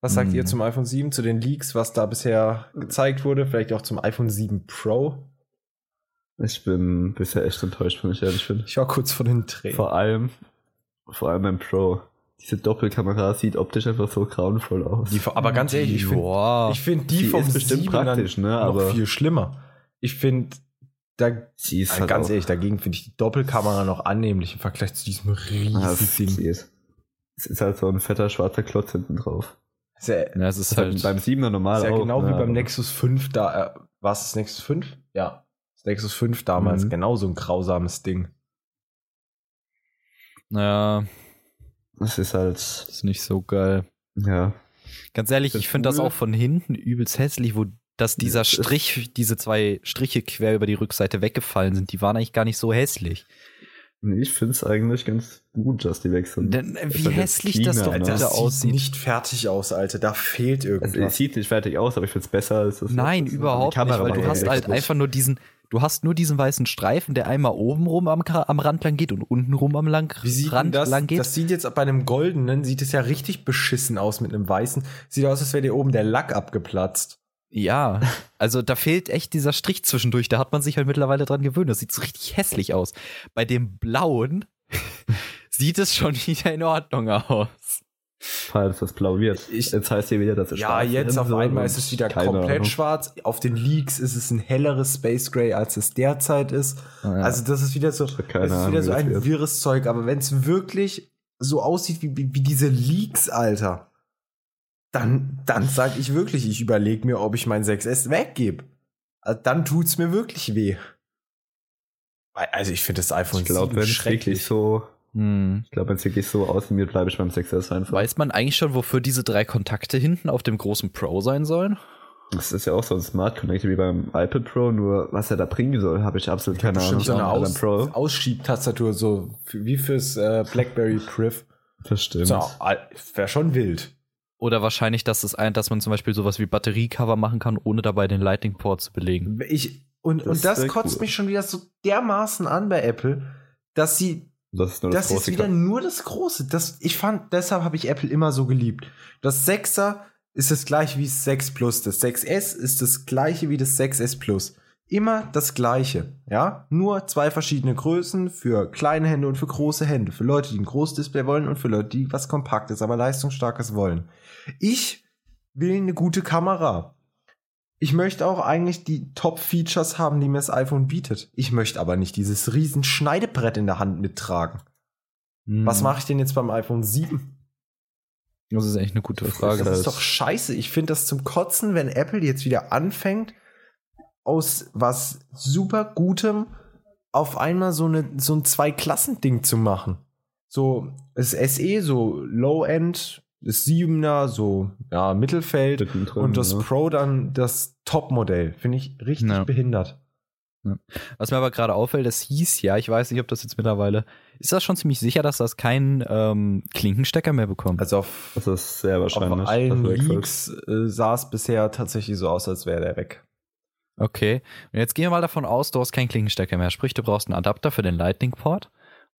Speaker 2: Was sagt
Speaker 1: Mhm.
Speaker 2: ihr zum iPhone 7, zu den Leaks, was da bisher gezeigt wurde, vielleicht auch zum iPhone 7 Pro?
Speaker 3: Ich bin bisher echt enttäuscht, wenn ich ehrlich bin.
Speaker 2: Ich war kurz vor den Tränen.
Speaker 3: Vor allem, vor allem im Pro. diese Doppelkamera sieht optisch einfach so grauenvoll aus.
Speaker 2: Die, Ver- aber ganz ehrlich, ich finde
Speaker 1: Boah.
Speaker 2: ich find die,
Speaker 3: Die
Speaker 2: vom
Speaker 3: ist bestimmt
Speaker 2: 7er
Speaker 3: praktisch, ne,
Speaker 2: noch
Speaker 3: aber-
Speaker 2: viel schlimmer. Ich finde, da
Speaker 3: Sie ist halt
Speaker 2: Also ganz ehrlich, dagegen finde ich die Doppelkamera noch annehmlich im Vergleich zu diesem riesen
Speaker 3: Ah, es
Speaker 2: Ding.
Speaker 3: geht. Es ist halt so ein fetter schwarzer Klotz hinten drauf.
Speaker 2: Ist ja,
Speaker 1: Ja, es ist
Speaker 3: Das halt
Speaker 1: halt.
Speaker 3: ist beim 7er normal
Speaker 2: ist ja
Speaker 3: auch,
Speaker 2: genau wie
Speaker 3: ne,
Speaker 2: beim
Speaker 3: aber-
Speaker 2: Nexus 5 da. Äh, war es das Nexus 5? Ja. Das Nexus 5 damals,
Speaker 3: Mhm.
Speaker 2: genau so ein grausames Ding.
Speaker 1: ja,
Speaker 3: Es ist halt,
Speaker 1: ist nicht so geil.
Speaker 3: ja.
Speaker 1: Ganz ehrlich,
Speaker 3: Das
Speaker 1: ich finde das
Speaker 3: Coole-
Speaker 1: auch von hinten übelst hässlich, wo dass dieser
Speaker 3: das ist-
Speaker 1: Strich, diese zwei Striche quer über die Rückseite weggefallen sind, die waren eigentlich gar nicht so hässlich.
Speaker 3: Ich finde es eigentlich ganz gut, dass die weg sind.
Speaker 1: Denn, äh,
Speaker 3: Das
Speaker 1: wie
Speaker 3: war jetzt
Speaker 1: hässlich das
Speaker 3: China,
Speaker 1: doch
Speaker 3: ne?
Speaker 1: bitte
Speaker 3: Das sieht
Speaker 1: aussieht.
Speaker 2: nicht fertig aus, Alter. Da fehlt
Speaker 3: Also, es sieht nicht fertig aus, aber ich finde es besser als das.
Speaker 1: Nein,
Speaker 3: das-
Speaker 1: überhaupt
Speaker 3: die Kamera
Speaker 1: nicht, weil
Speaker 3: war
Speaker 1: du
Speaker 3: ja
Speaker 1: hast
Speaker 3: weg.
Speaker 1: halt einfach nur diesen, du hast nur diesen weißen Streifen, der einmal oben rum am, Gra- am Rand lang geht und unten rum am lang,
Speaker 2: Wie sieht denn
Speaker 1: Rand
Speaker 2: das?
Speaker 1: lang geht.
Speaker 2: Das sieht jetzt bei einem goldenen, sieht es ja richtig beschissen aus mit einem weißen. Sieht aus, als wäre dir oben der Lack abgeplatzt.
Speaker 1: ja, also da fehlt echt dieser Strich zwischendurch, da hat man sich halt mittlerweile dran gewöhnt, das sieht so richtig hässlich aus. Bei dem blauen sieht es schon wieder in Ordnung aus.
Speaker 3: Falls das blau wird.
Speaker 2: Ich-
Speaker 3: jetzt heißt hier wieder, dass es
Speaker 2: Ja,
Speaker 3: schwarz werden
Speaker 2: jetzt auf
Speaker 3: soll
Speaker 2: einmal
Speaker 3: und
Speaker 2: ist es wieder
Speaker 3: keine
Speaker 2: komplett
Speaker 3: Ahnung.
Speaker 2: schwarz. Auf den Leaks ist es ein helleres Space Gray, als es derzeit ist.
Speaker 1: Ja.
Speaker 2: Also das ist wieder so,
Speaker 3: hab keine
Speaker 2: das ist
Speaker 3: Ahnung,
Speaker 2: wieder
Speaker 3: wie
Speaker 2: so
Speaker 3: das
Speaker 2: ein
Speaker 3: wird.
Speaker 2: wirres Zeug. Aber wenn es wirklich so aussieht wie, wie, wie diese Leaks, Alter, dann, dann sag ich wirklich, ich überlege mir, ob ich mein 6S weggebe. Also dann tut's mir wirklich weh. Also ich finde das iPhone
Speaker 3: Ich glaube,
Speaker 2: 7
Speaker 3: wenn es wirklich so,
Speaker 1: Hm.
Speaker 3: ich glaube, wenn es wirklich so aussieht, mir bleibe ich beim 6S einfach.
Speaker 1: Weiß man eigentlich schon, wofür diese drei Kontakte hinten auf dem großen Pro sein sollen?
Speaker 3: Das ist ja auch so ein Smart Connector wie beim iPad Pro, nur was er da bringen soll, habe ich absolut keine Ahnung.
Speaker 2: Bestimmt so eine
Speaker 3: Am iPad
Speaker 2: Aus Ausschiebtastatur, so für, wie fürs äh, BlackBerry Priv.
Speaker 3: das stimmt.
Speaker 2: So, wäre schon wild.
Speaker 1: Oder wahrscheinlich, dass, es ein, dass man zum Beispiel sowas wie Batteriecover machen kann, ohne dabei den Lightning Port zu belegen.
Speaker 2: Ich, und das, und
Speaker 3: Das
Speaker 2: das
Speaker 3: wär
Speaker 2: kotzt
Speaker 3: cool.
Speaker 2: mich schon wieder so dermaßen an bei Apple, dass sie,
Speaker 3: Das ist nur das,
Speaker 2: das ist
Speaker 3: große
Speaker 2: wieder
Speaker 3: Ka-
Speaker 2: nur das Große. Das, ich fand, deshalb habe ich Apple immer so geliebt. Das 6er ist das gleiche wie das 6 Plus. Das 6S ist das gleiche wie das 6S Plus. Immer das gleiche, ja? Nur zwei verschiedene Größen für kleine Hände und für große Hände. Für Leute, die ein großes Display wollen und für Leute, die was Kompaktes, aber Leistungsstarkes wollen. Ich will eine gute Kamera. Ich möchte auch eigentlich die Top-Features haben, die mir das iPhone bietet. Ich möchte aber nicht dieses riesen Schneidebrett in der Hand mittragen. Was mache ich denn jetzt beim iPhone 7?
Speaker 1: Hm. Das ist echt eine gute
Speaker 3: Das
Speaker 1: Frage.
Speaker 2: Das
Speaker 3: Das-
Speaker 2: ist doch scheiße. Ich finde das zum Kotzen, wenn Apple jetzt wieder anfängt, aus was super Gutem auf einmal so, eine, so ein Zwei-Klassen-Ding zu machen. So, das SE, so Low-End, das 7er, so ja, Mittelfeld.
Speaker 3: Mitten drin,
Speaker 2: Und das
Speaker 3: ne?
Speaker 2: Pro dann das Top-Modell. Finde ich richtig
Speaker 1: Ja.
Speaker 2: behindert.
Speaker 1: Was mir aber gerade auffällt, das hieß ja, ich weiß nicht, ob das jetzt mittlerweile. Ist das schon ziemlich sicher, dass das keinen ähm, Klinkenstecker mehr bekommt?
Speaker 2: Also auf,
Speaker 3: Das ist sehr
Speaker 2: auf
Speaker 3: wahrscheinlich.
Speaker 2: allen
Speaker 3: dass er weg soll.
Speaker 2: Leaks äh, sah es bisher tatsächlich so aus, als wäre der weg.
Speaker 1: okay. Und jetzt gehen wir mal davon aus, du hast keinen Klinkenstecker mehr. Sprich, du brauchst einen Adapter für den Lightning-Port,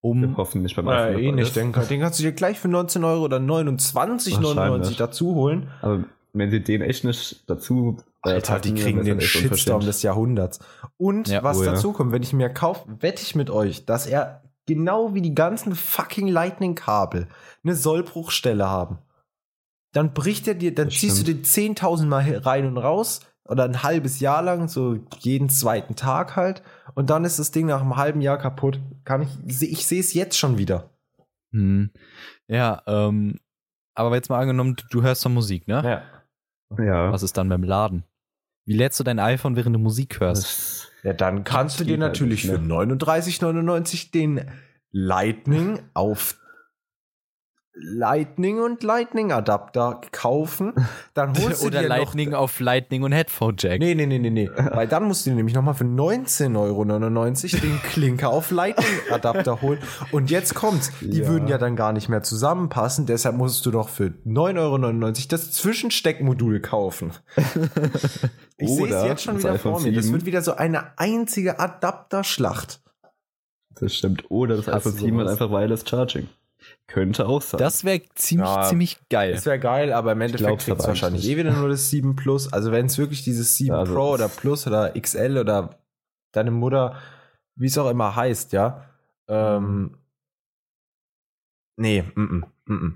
Speaker 3: Wir
Speaker 1: um.
Speaker 3: hoffen nicht beim
Speaker 2: Äh,
Speaker 3: iPhone
Speaker 2: eh
Speaker 3: der Fall
Speaker 2: nicht.
Speaker 3: ist.
Speaker 2: Den, kann- den kannst du dir gleich für 19 Euro oder 29,99
Speaker 3: Wahrscheinlich.
Speaker 2: dazu holen.
Speaker 3: Aber wenn sie den echt nicht dazu. äh,
Speaker 2: Alter, die
Speaker 3: packen,
Speaker 2: kriegen
Speaker 3: dann ist
Speaker 2: den
Speaker 3: das echt
Speaker 2: Shitstorm
Speaker 3: unverschämt.
Speaker 2: des Jahrhunderts. Und
Speaker 1: Ja,
Speaker 2: was
Speaker 3: oh ja.
Speaker 2: dazu kommt, wenn ich mir kaufe, wette ich mit euch, dass er genau wie die ganzen fucking Lightning-Kabel eine Sollbruchstelle haben. Dann bricht er dir, dann
Speaker 3: Das
Speaker 2: ziehst du den 10.000 Mal he- rein und raus oder ein halbes Jahr lang, so jeden zweiten Tag halt. Und dann ist das Ding nach einem halben Jahr kaputt. Kann ich, seh- ich sehe es jetzt schon wieder.
Speaker 1: Hm. Ja, ähm. Aber jetzt mal angenommen, du- du hörst doch Musik, ne?
Speaker 2: Ja.
Speaker 3: Ja.
Speaker 1: Was ist dann beim Laden? Wie lädst du dein iPhone, während du Musik hörst?
Speaker 3: Das-
Speaker 2: Ja, dann kannst du
Speaker 3: geht
Speaker 2: dir
Speaker 3: halt
Speaker 2: natürlich
Speaker 3: nicht,
Speaker 2: für 39,99 den Lightning auf Lightning und Lightning Adapter kaufen. Dann holst du
Speaker 1: Oder
Speaker 2: dir
Speaker 1: Lightning
Speaker 2: noch,
Speaker 1: auf Lightning und Headphone Jack.
Speaker 2: Nee, nee, nee, nee, nee. Weil dann musst du dir nämlich nochmal für 19,99 Euro den Klinker auf Lightning Adapter holen. Und jetzt kommt's. Die
Speaker 3: Ja.
Speaker 2: würden ja dann gar nicht mehr zusammenpassen. Deshalb musst du doch für 9,99 Euro das Zwischensteckmodul kaufen. Ich sehe es
Speaker 3: Oder
Speaker 2: jetzt schon
Speaker 3: das
Speaker 2: wieder
Speaker 3: iPhone
Speaker 2: vor mir. Das
Speaker 3: 7.
Speaker 2: wird wieder so eine einzige Adapterschlacht.
Speaker 3: Das stimmt. Oder das
Speaker 1: Ich hasse
Speaker 3: iPhone 7 hat
Speaker 1: sowas.
Speaker 3: einfach Wireless Charging. Könnte auch sein.
Speaker 1: Das wäre ziemlich,
Speaker 2: Ja.
Speaker 1: ziemlich geil.
Speaker 2: Das wäre geil, aber im Endeffekt
Speaker 3: glaub's
Speaker 2: kriegst du
Speaker 3: aber
Speaker 2: wahrscheinlich
Speaker 3: eigentlich
Speaker 2: eh wieder nur das 7 Plus. Also wenn es wirklich dieses 7
Speaker 3: Ja, also-
Speaker 2: Pro oder Plus oder XL oder deine Mutter, wie es auch
Speaker 3: Mhm.
Speaker 2: immer heißt, ja. Ähm, nee, mm -mm, mm -mm.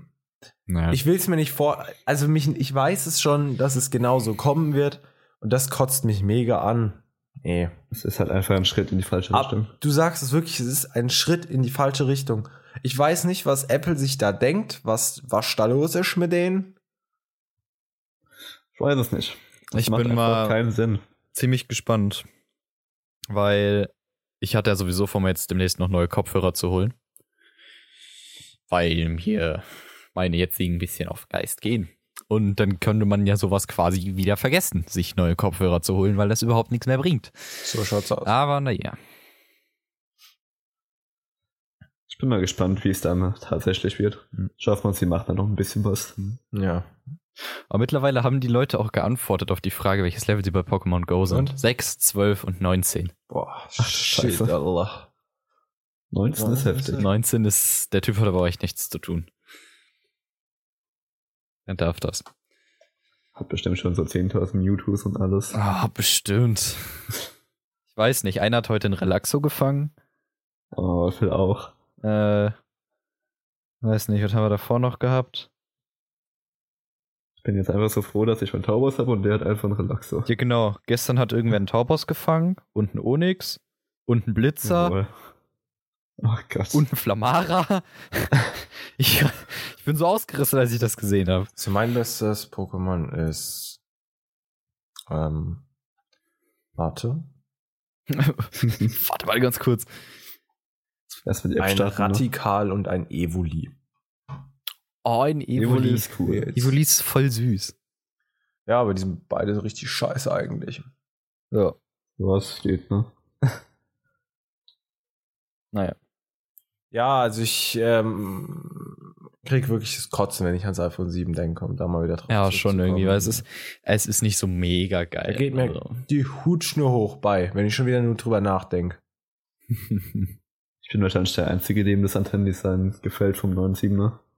Speaker 4: Naja,
Speaker 2: Ich will es mir nicht vor. Also mich, ich weiß es schon, dass es genauso kommen wird. Und das kotzt mich mega an. Nee.
Speaker 3: Es ist halt einfach ein Schritt in die falsche
Speaker 2: Ab,
Speaker 3: Richtung.
Speaker 2: du sagst es wirklich, es ist ein Schritt in die falsche Richtung. Ich weiß nicht, was Apple sich da denkt, was, was da los ist mit denen.
Speaker 3: Ich weiß es nicht.
Speaker 1: Ich
Speaker 3: Macht
Speaker 1: bin
Speaker 3: einfach
Speaker 1: mal
Speaker 3: keinen Sinn.
Speaker 1: ziemlich gespannt, weil ich hatte ja sowieso vor mir jetzt demnächst noch neue Kopfhörer zu holen, weil mir meine jetzigen ein bisschen auf Geist gehen. Und dann könnte man ja sowas quasi wieder vergessen, sich neue Kopfhörer zu holen, weil das überhaupt nichts mehr bringt.
Speaker 2: So schaut's aus.
Speaker 3: Ah.
Speaker 1: Aber naja.
Speaker 3: Ich bin mal gespannt, wie es dann tatsächlich wird.
Speaker 2: Hm.
Speaker 3: Schafft man es, die macht dann noch ein bisschen was.
Speaker 2: Ja.
Speaker 1: Aber mittlerweile haben die Leute auch geantwortet auf die Frage, welches Level sie bei Pokémon Go sind.
Speaker 2: Und?
Speaker 1: 6, 12 und 19.
Speaker 2: Boah, shit,
Speaker 3: Scheiße.
Speaker 2: Allah.
Speaker 3: 19 ist heftig.
Speaker 1: 19 Äh, ist, der Typ hat aber echt nichts zu tun. Er darf das.
Speaker 3: Hat bestimmt schon so 10.000 Mewtwo's und alles.
Speaker 1: Ah, bestimmt. Ich weiß nicht, einer hat heute einen Relaxo gefangen.
Speaker 3: Oh, Phil auch.
Speaker 1: Äh, weiß nicht, was haben wir davor noch gehabt?
Speaker 3: Ich bin jetzt einfach so froh, dass ich meinen Taubos habe und der hat einfach einen Relaxo.
Speaker 1: Ja, genau. Gestern hat irgendwer einen Taubos gefangen und einen Onyx und einen Blitzer
Speaker 3: Jawohl. Ach Gott.
Speaker 1: und einen Flamara. ich, ich bin so ausgerissen, als ich das gesehen habe.
Speaker 2: So mein bestes Pokémon ist. Ähm. Warte.
Speaker 1: Warte mal ganz kurz.
Speaker 3: Erstmal die App
Speaker 2: Ein
Speaker 3: starten. ne?
Speaker 2: Radikal und ein Evoli.
Speaker 1: Oh, ein
Speaker 3: Evoli
Speaker 1: Evoli.
Speaker 3: ist cool.
Speaker 1: Evoli ist voll süß.
Speaker 2: Ja, aber die sind beide richtig scheiße eigentlich.
Speaker 1: Ja.
Speaker 3: Was geht, ne?
Speaker 1: Naja.
Speaker 2: Ja, also ich ähm, krieg wirklich das Kotzen, wenn ich ans iPhone 7 denke, um da mal wieder drauf
Speaker 1: Ja, schon
Speaker 2: zurückzukommen.
Speaker 1: irgendwie, weil es ist, es ist nicht so mega geil.
Speaker 2: Da geht mir
Speaker 1: Also.
Speaker 2: die Hutschnur hoch bei, wenn ich schon wieder nur drüber nachdenke.
Speaker 3: Ich bin wahrscheinlich der Einzige, dem das Antennendesign gefällt vom 97er.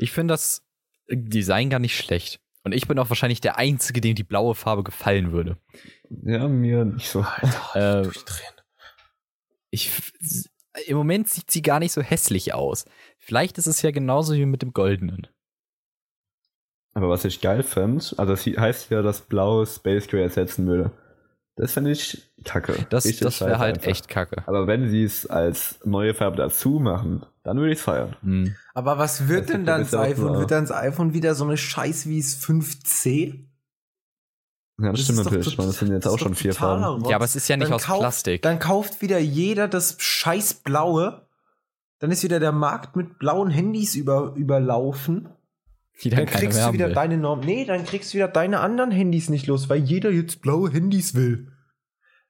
Speaker 1: Ich finde das Design gar nicht schlecht. Und ich bin auch wahrscheinlich der Einzige, dem die blaue Farbe gefallen würde.
Speaker 3: Ja, mir nicht so.
Speaker 1: Äh,
Speaker 2: Alter, ich durchdrehen.
Speaker 1: Ich, f- s- Im Moment sieht sie gar nicht so hässlich aus. Vielleicht ist es ja genauso wie mit dem Goldenen.
Speaker 3: Aber was ich geil fand, also das hi- heißt ja, dass Blau Space Gray ersetzen würde. Das fände ich kacke.
Speaker 1: Das,
Speaker 3: Richtig
Speaker 1: das wäre
Speaker 3: scheiße
Speaker 1: halt
Speaker 3: einfach.
Speaker 1: echt kacke.
Speaker 3: Aber wenn sie es als neue Farbe dazu machen, dann würde ich es feiern.
Speaker 1: Hm.
Speaker 2: Aber was wird
Speaker 3: Also,
Speaker 2: denn
Speaker 3: du
Speaker 2: dann das
Speaker 3: bist ja auch
Speaker 2: iPhone?
Speaker 1: ne?
Speaker 3: nur-
Speaker 2: Wird dann das iPhone wieder so eine Scheiß wie es 5C?
Speaker 3: Ja, das,
Speaker 2: ist
Speaker 3: stimmt
Speaker 2: doch
Speaker 3: natürlich. Ich
Speaker 2: tot-
Speaker 3: meine, das sind jetzt
Speaker 2: das ist
Speaker 3: auch
Speaker 2: doch
Speaker 3: schon vier
Speaker 2: totaler
Speaker 3: Farben.
Speaker 2: Rotz.
Speaker 1: Ja, aber es ist ja nicht
Speaker 2: Dann
Speaker 1: aus
Speaker 2: kauft-
Speaker 1: Plastik.
Speaker 2: Dann kauft wieder jeder das scheiß Blaue. Dann ist wieder der Markt mit blauen Handys über, überlaufen.
Speaker 1: Die
Speaker 2: Dann
Speaker 1: keiner
Speaker 2: kriegst
Speaker 1: mehr
Speaker 2: du
Speaker 1: haben
Speaker 2: wieder
Speaker 1: will.
Speaker 2: deine Norm. Nee, dann kriegst du wieder deine anderen Handys nicht los, weil jeder jetzt blaue Handys will.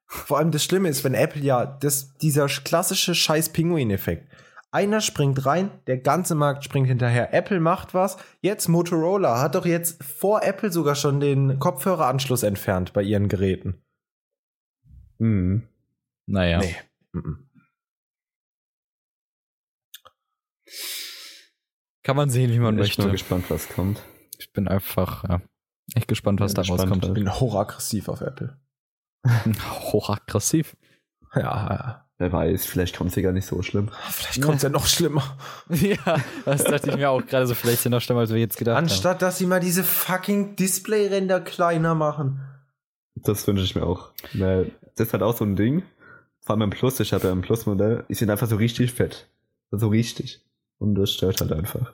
Speaker 2: Vor allem das Schlimme ist, wenn Apple ja das, dieser klassische scheiß Pinguin-Effekt. Einer springt rein, der ganze Markt springt hinterher. Apple macht was. Jetzt Motorola hat doch jetzt vor Apple sogar schon den Kopfhöreranschluss entfernt bei ihren Geräten.
Speaker 3: Hm.
Speaker 1: Naja.
Speaker 2: Nee. Mhm.
Speaker 1: Kann man sehen, wie man
Speaker 3: bin echt
Speaker 1: möchte.
Speaker 3: nur gespannt, was kommt.
Speaker 1: Ich bin einfach ja, echt gespannt, was da
Speaker 3: Bin gespannt,
Speaker 1: rauskommt.
Speaker 2: Ich bin hochaggressiv auf Apple.
Speaker 1: Hochaggressiv.
Speaker 2: Ja, Ja,
Speaker 3: Wer weiß, vielleicht kommt sie gar nicht so schlimm.
Speaker 2: ja. vielleicht kommt es ja noch schlimmer.
Speaker 1: ja, das dachte ich mir auch gerade so. Vielleicht sind noch schlimmer, als wir jetzt gedacht haben.
Speaker 2: Anstatt dass sie mal diese fucking Display-Ränder kleiner machen.
Speaker 3: Das wünsche ich mir auch. Weil das ist halt auch so ein Ding. Vor allem beim Plus, ich habe ja ein Plus-Modell, die sind einfach so richtig fett. So richtig. Und das stört halt einfach.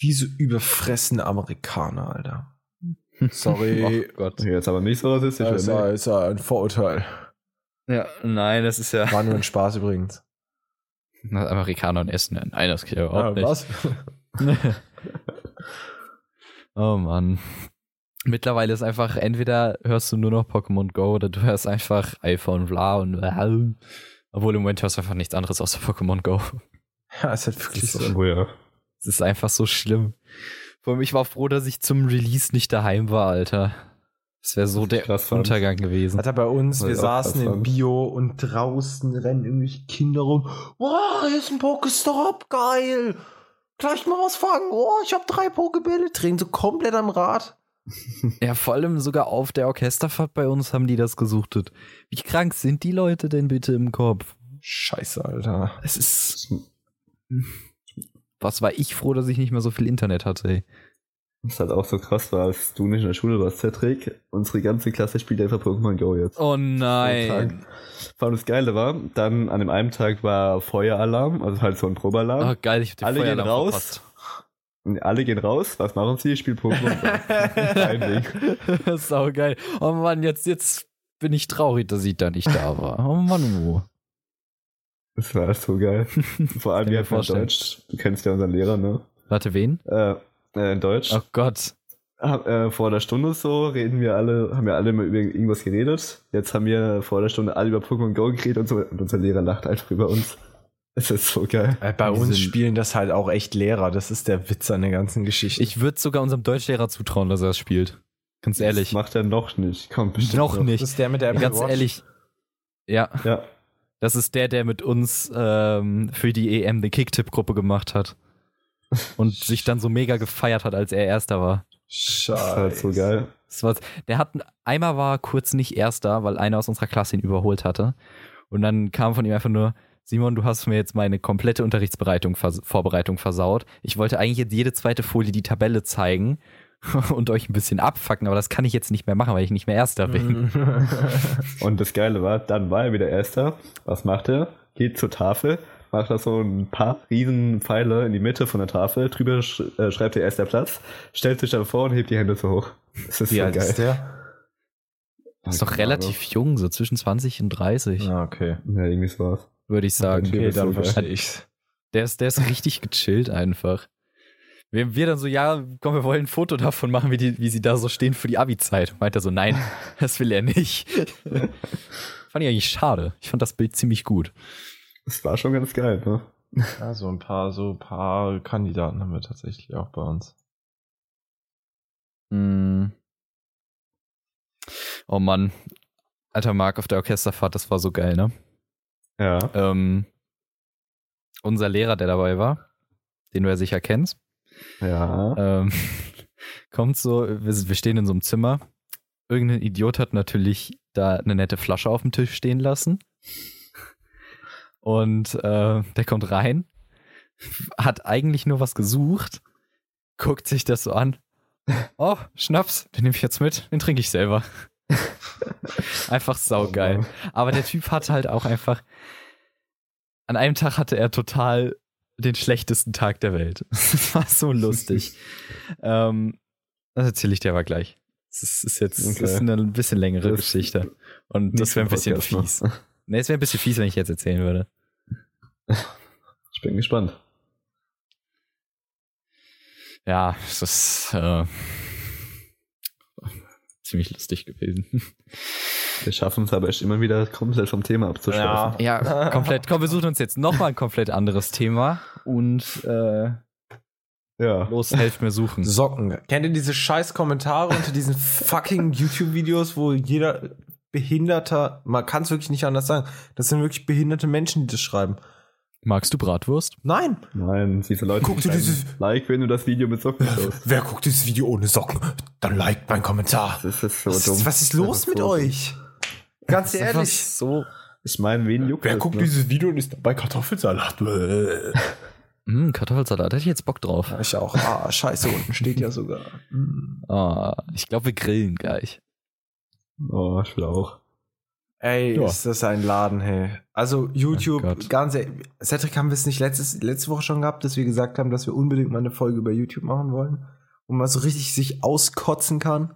Speaker 2: Wie so überfressene Amerikaner, Alter. Sorry.
Speaker 1: Oh Gott.
Speaker 3: Okay, jetzt aber nicht so rassistisch. ne?
Speaker 2: Das
Speaker 3: oder?
Speaker 2: ist ja ein Vorurteil.
Speaker 1: Ja, nein, das ist ja.
Speaker 2: War nur ein Spaß übrigens.
Speaker 1: Na, Amerikaner und Essen. Nein, das geht ja überhaupt
Speaker 2: Ja,
Speaker 1: nicht.
Speaker 2: was?
Speaker 1: oh Mann. Mittlerweile ist einfach, entweder hörst du nur noch Pokémon Go oder du hörst einfach iPhone bla und bla. Obwohl im Moment hörst du einfach nichts anderes außer Pokémon Go.
Speaker 2: Ja, ist halt wirklich so.
Speaker 3: Oh ja.
Speaker 1: Es ist einfach so schlimm. Vor allem, ich war froh, dass ich zum Release nicht daheim war, Alter. Das wäre so der
Speaker 3: Krass fand.
Speaker 1: Untergang gewesen.
Speaker 2: Alter, bei uns, wir
Speaker 3: Ja,
Speaker 2: saßen
Speaker 3: das war-
Speaker 2: im Bio und draußen rennen irgendwelche Kinder rum. Wow, hier ist ein Pokestop, geil. Gleich mal was fangen. Oh, ich hab drei Pokebilder. Drehen so komplett am Rad.
Speaker 1: Ja, vor allem sogar auf der Orchesterfahrt bei uns haben die das gesuchtet. Wie krank sind die Leute denn bitte im Kopf?
Speaker 2: Scheiße, Alter.
Speaker 1: Es ist. was war ich froh, dass ich nicht mehr so viel Internet hatte, ey.
Speaker 3: Was halt auch so krass war, als du nicht in der Schule warst, Cedric. Unsere ganze Klasse spielt einfach Pokémon Go jetzt.
Speaker 1: Oh
Speaker 3: Tag.
Speaker 1: nein.
Speaker 3: Vor allem das Geile war, dann an dem einen Tag war Feueralarm, also halt so ein Probealarm.
Speaker 1: Oh, geil, ich hab den
Speaker 3: Alle gehen
Speaker 1: Feueralarm
Speaker 3: raus. Und Alle gehen raus, was machen sie? Spielen Pokémon Go. Kein Ding.
Speaker 1: verpasst. Sau geil. Oh Mann, jetzt, jetzt bin ich traurig, dass ich da nicht da war. Oh Mann, wo?
Speaker 3: Das war so geil. Vor allem,
Speaker 1: Kann mir
Speaker 3: wir hatten in
Speaker 1: vorstellen.
Speaker 3: Deutsch, du kennst ja unseren Lehrer, ne?
Speaker 1: Warte, wen?
Speaker 3: Äh, äh, in Deutsch.
Speaker 1: Oh Gott.
Speaker 3: Hab, äh, vor der Stunde so reden wir alle, haben wir alle mal über irgendwas geredet. Jetzt haben wir vor der Stunde alle über Pokémon Go geredet und, so, und unser Lehrer lacht einfach über uns. Es ist so geil.
Speaker 2: Äh, Bei
Speaker 1: Die
Speaker 2: uns
Speaker 1: sind-
Speaker 2: spielen das halt auch echt Lehrer. Das ist der Witz an der ganzen Geschichte.
Speaker 1: Ich würde sogar unserem Deutschlehrer zutrauen, dass er das spielt. Ganz ehrlich.
Speaker 3: Das macht er noch nicht. Kommt bestimmt.
Speaker 1: Noch
Speaker 2: das
Speaker 1: nicht.
Speaker 2: ist der mit der Apple
Speaker 1: Ganz
Speaker 2: Watch.
Speaker 1: ehrlich. Ja,
Speaker 3: Ja.
Speaker 1: das ist der, der mit uns ähm, für die EM eine Kicktipp-Gruppe gemacht hat. Und sich dann so mega gefeiert hat, als er Erster war.
Speaker 3: Das ist
Speaker 2: Scheiße.
Speaker 3: halt so geil.
Speaker 1: Das war, der hat, einmal war er kurz nicht Erster, weil einer aus unserer Klasse ihn überholt hatte. Und dann kam von ihm einfach nur, Simon, du hast mir jetzt meine komplette Unterrichtsbereitung, vers Vorbereitung versaut. Ich wollte eigentlich jetzt jede zweite Folie die Tabelle zeigen und euch ein bisschen abfacken, aber das kann ich jetzt nicht mehr machen, weil ich nicht mehr Erster bin.
Speaker 2: Mhm.
Speaker 3: Und das Geile war, dann war er wieder Erster. Was macht er? Geht zur Tafel, macht da so ein paar riesen Pfeile in die Mitte von der Tafel, drüber sch äh, schreibt er erster Platz, stellt sich dann vor und hebt die Hände so hoch. Das ist
Speaker 2: Wie
Speaker 3: so
Speaker 2: alt
Speaker 3: geil.
Speaker 2: ist der?
Speaker 1: Ist doch relativ jung, so zwischen 20 und 30,
Speaker 2: Ah, okay.
Speaker 3: Ja, irgendwie sowas.
Speaker 1: würde ich sagen.
Speaker 3: Okay,
Speaker 2: Okay,
Speaker 3: bist
Speaker 2: dann
Speaker 3: du geil.
Speaker 2: verstehe ich's.
Speaker 1: Der ist, der ist richtig gechillt einfach. Wir, wir dann so, ja, komm, wir wollen ein Foto davon machen, wie, die, wie sie da so stehen für die Abi-Zeit. Meint er so, nein, das will er nicht. fand ich eigentlich schade. Ich fand das Bild ziemlich gut.
Speaker 3: Das war schon ganz geil, ne?
Speaker 2: Ja, so ein paar, so ein paar Kandidaten haben wir tatsächlich auch bei uns.
Speaker 1: Oh Mann. Alter Marc auf der Orchesterfahrt, das war so geil, ne?
Speaker 3: Ja.
Speaker 1: Ähm, unser Lehrer, der dabei war, den du ja sicher kennst,
Speaker 3: Ja.
Speaker 1: ähm, kommt so, wir, wir stehen in so einem Zimmer. Irgendein Idiot hat natürlich da eine nette Flasche auf dem Tisch stehen lassen. Und äh, der kommt rein, hat eigentlich nur was gesucht, guckt sich das so an. Oh, Schnaps, den nehme ich jetzt mit, den trinke ich selber. Einfach saugeil. Aber der Typ hatte halt auch einfach. An einem Tag hatte er total den schlechtesten Tag der Welt. Das war so lustig. ähm, das erzähle ich dir aber gleich. Das ist, ist jetzt
Speaker 3: Okay.
Speaker 1: das ist eine ein bisschen längere
Speaker 3: Das-
Speaker 1: Geschichte. Und das wäre ein bisschen fies. Nee, es wäre ein bisschen fies, wenn ich jetzt erzählen würde.
Speaker 3: Ich bin gespannt.
Speaker 1: Ja, es ist äh, ziemlich lustig gewesen.
Speaker 3: Wir schaffen es aber echt immer wieder komplett vom Thema abzuschweifen.
Speaker 1: Ja, komplett. Komm, wir suchen uns jetzt nochmal ein komplett anderes Thema und äh,
Speaker 3: Ja.
Speaker 1: los, helft mir suchen.
Speaker 2: Socken. Kennt ihr diese scheiß Kommentare unter diesen fucking YouTube-Videos, wo jeder behinderter, man kann es wirklich nicht anders sagen, das sind wirklich behinderte Menschen, die das schreiben.
Speaker 1: Magst du Bratwurst?
Speaker 2: Nein!
Speaker 3: Nein, diese Leute.
Speaker 2: Guck dir
Speaker 3: schreiben
Speaker 2: dieses-
Speaker 3: Like, wenn du das Video mit Socken schaust.
Speaker 2: Wer guckt dieses Video ohne Socken? Dann liked mein Kommentar.
Speaker 3: Das ist so
Speaker 2: Was
Speaker 3: dumm.
Speaker 2: ist, was ist los
Speaker 3: Das
Speaker 2: mit
Speaker 3: so dumm.
Speaker 2: euch? Ganz
Speaker 1: Das ist einfach
Speaker 2: ehrlich.
Speaker 1: So.
Speaker 3: Ich meine, wen juckt
Speaker 2: Wer
Speaker 3: das,
Speaker 2: guckt
Speaker 3: ne?
Speaker 2: dieses Video und ist dabei Kartoffelsalat? Bäh.
Speaker 1: Mm, Kartoffelsalat, hätte ich jetzt Bock drauf.
Speaker 2: Ich auch. Ah, scheiße, unten steht ja sogar. Mm.
Speaker 1: Ah, ich glaube, wir grillen gleich.
Speaker 3: Oh, Schlauch.
Speaker 2: Ey,
Speaker 1: Ja.
Speaker 2: ist das ein Laden, hey. Also YouTube,
Speaker 1: Gott.
Speaker 2: ganz ehrlich, Cedric haben wir es nicht letztes, letzte Woche schon gehabt, dass wir gesagt haben, dass wir unbedingt mal eine Folge über YouTube machen wollen, wo man so richtig sich auskotzen kann.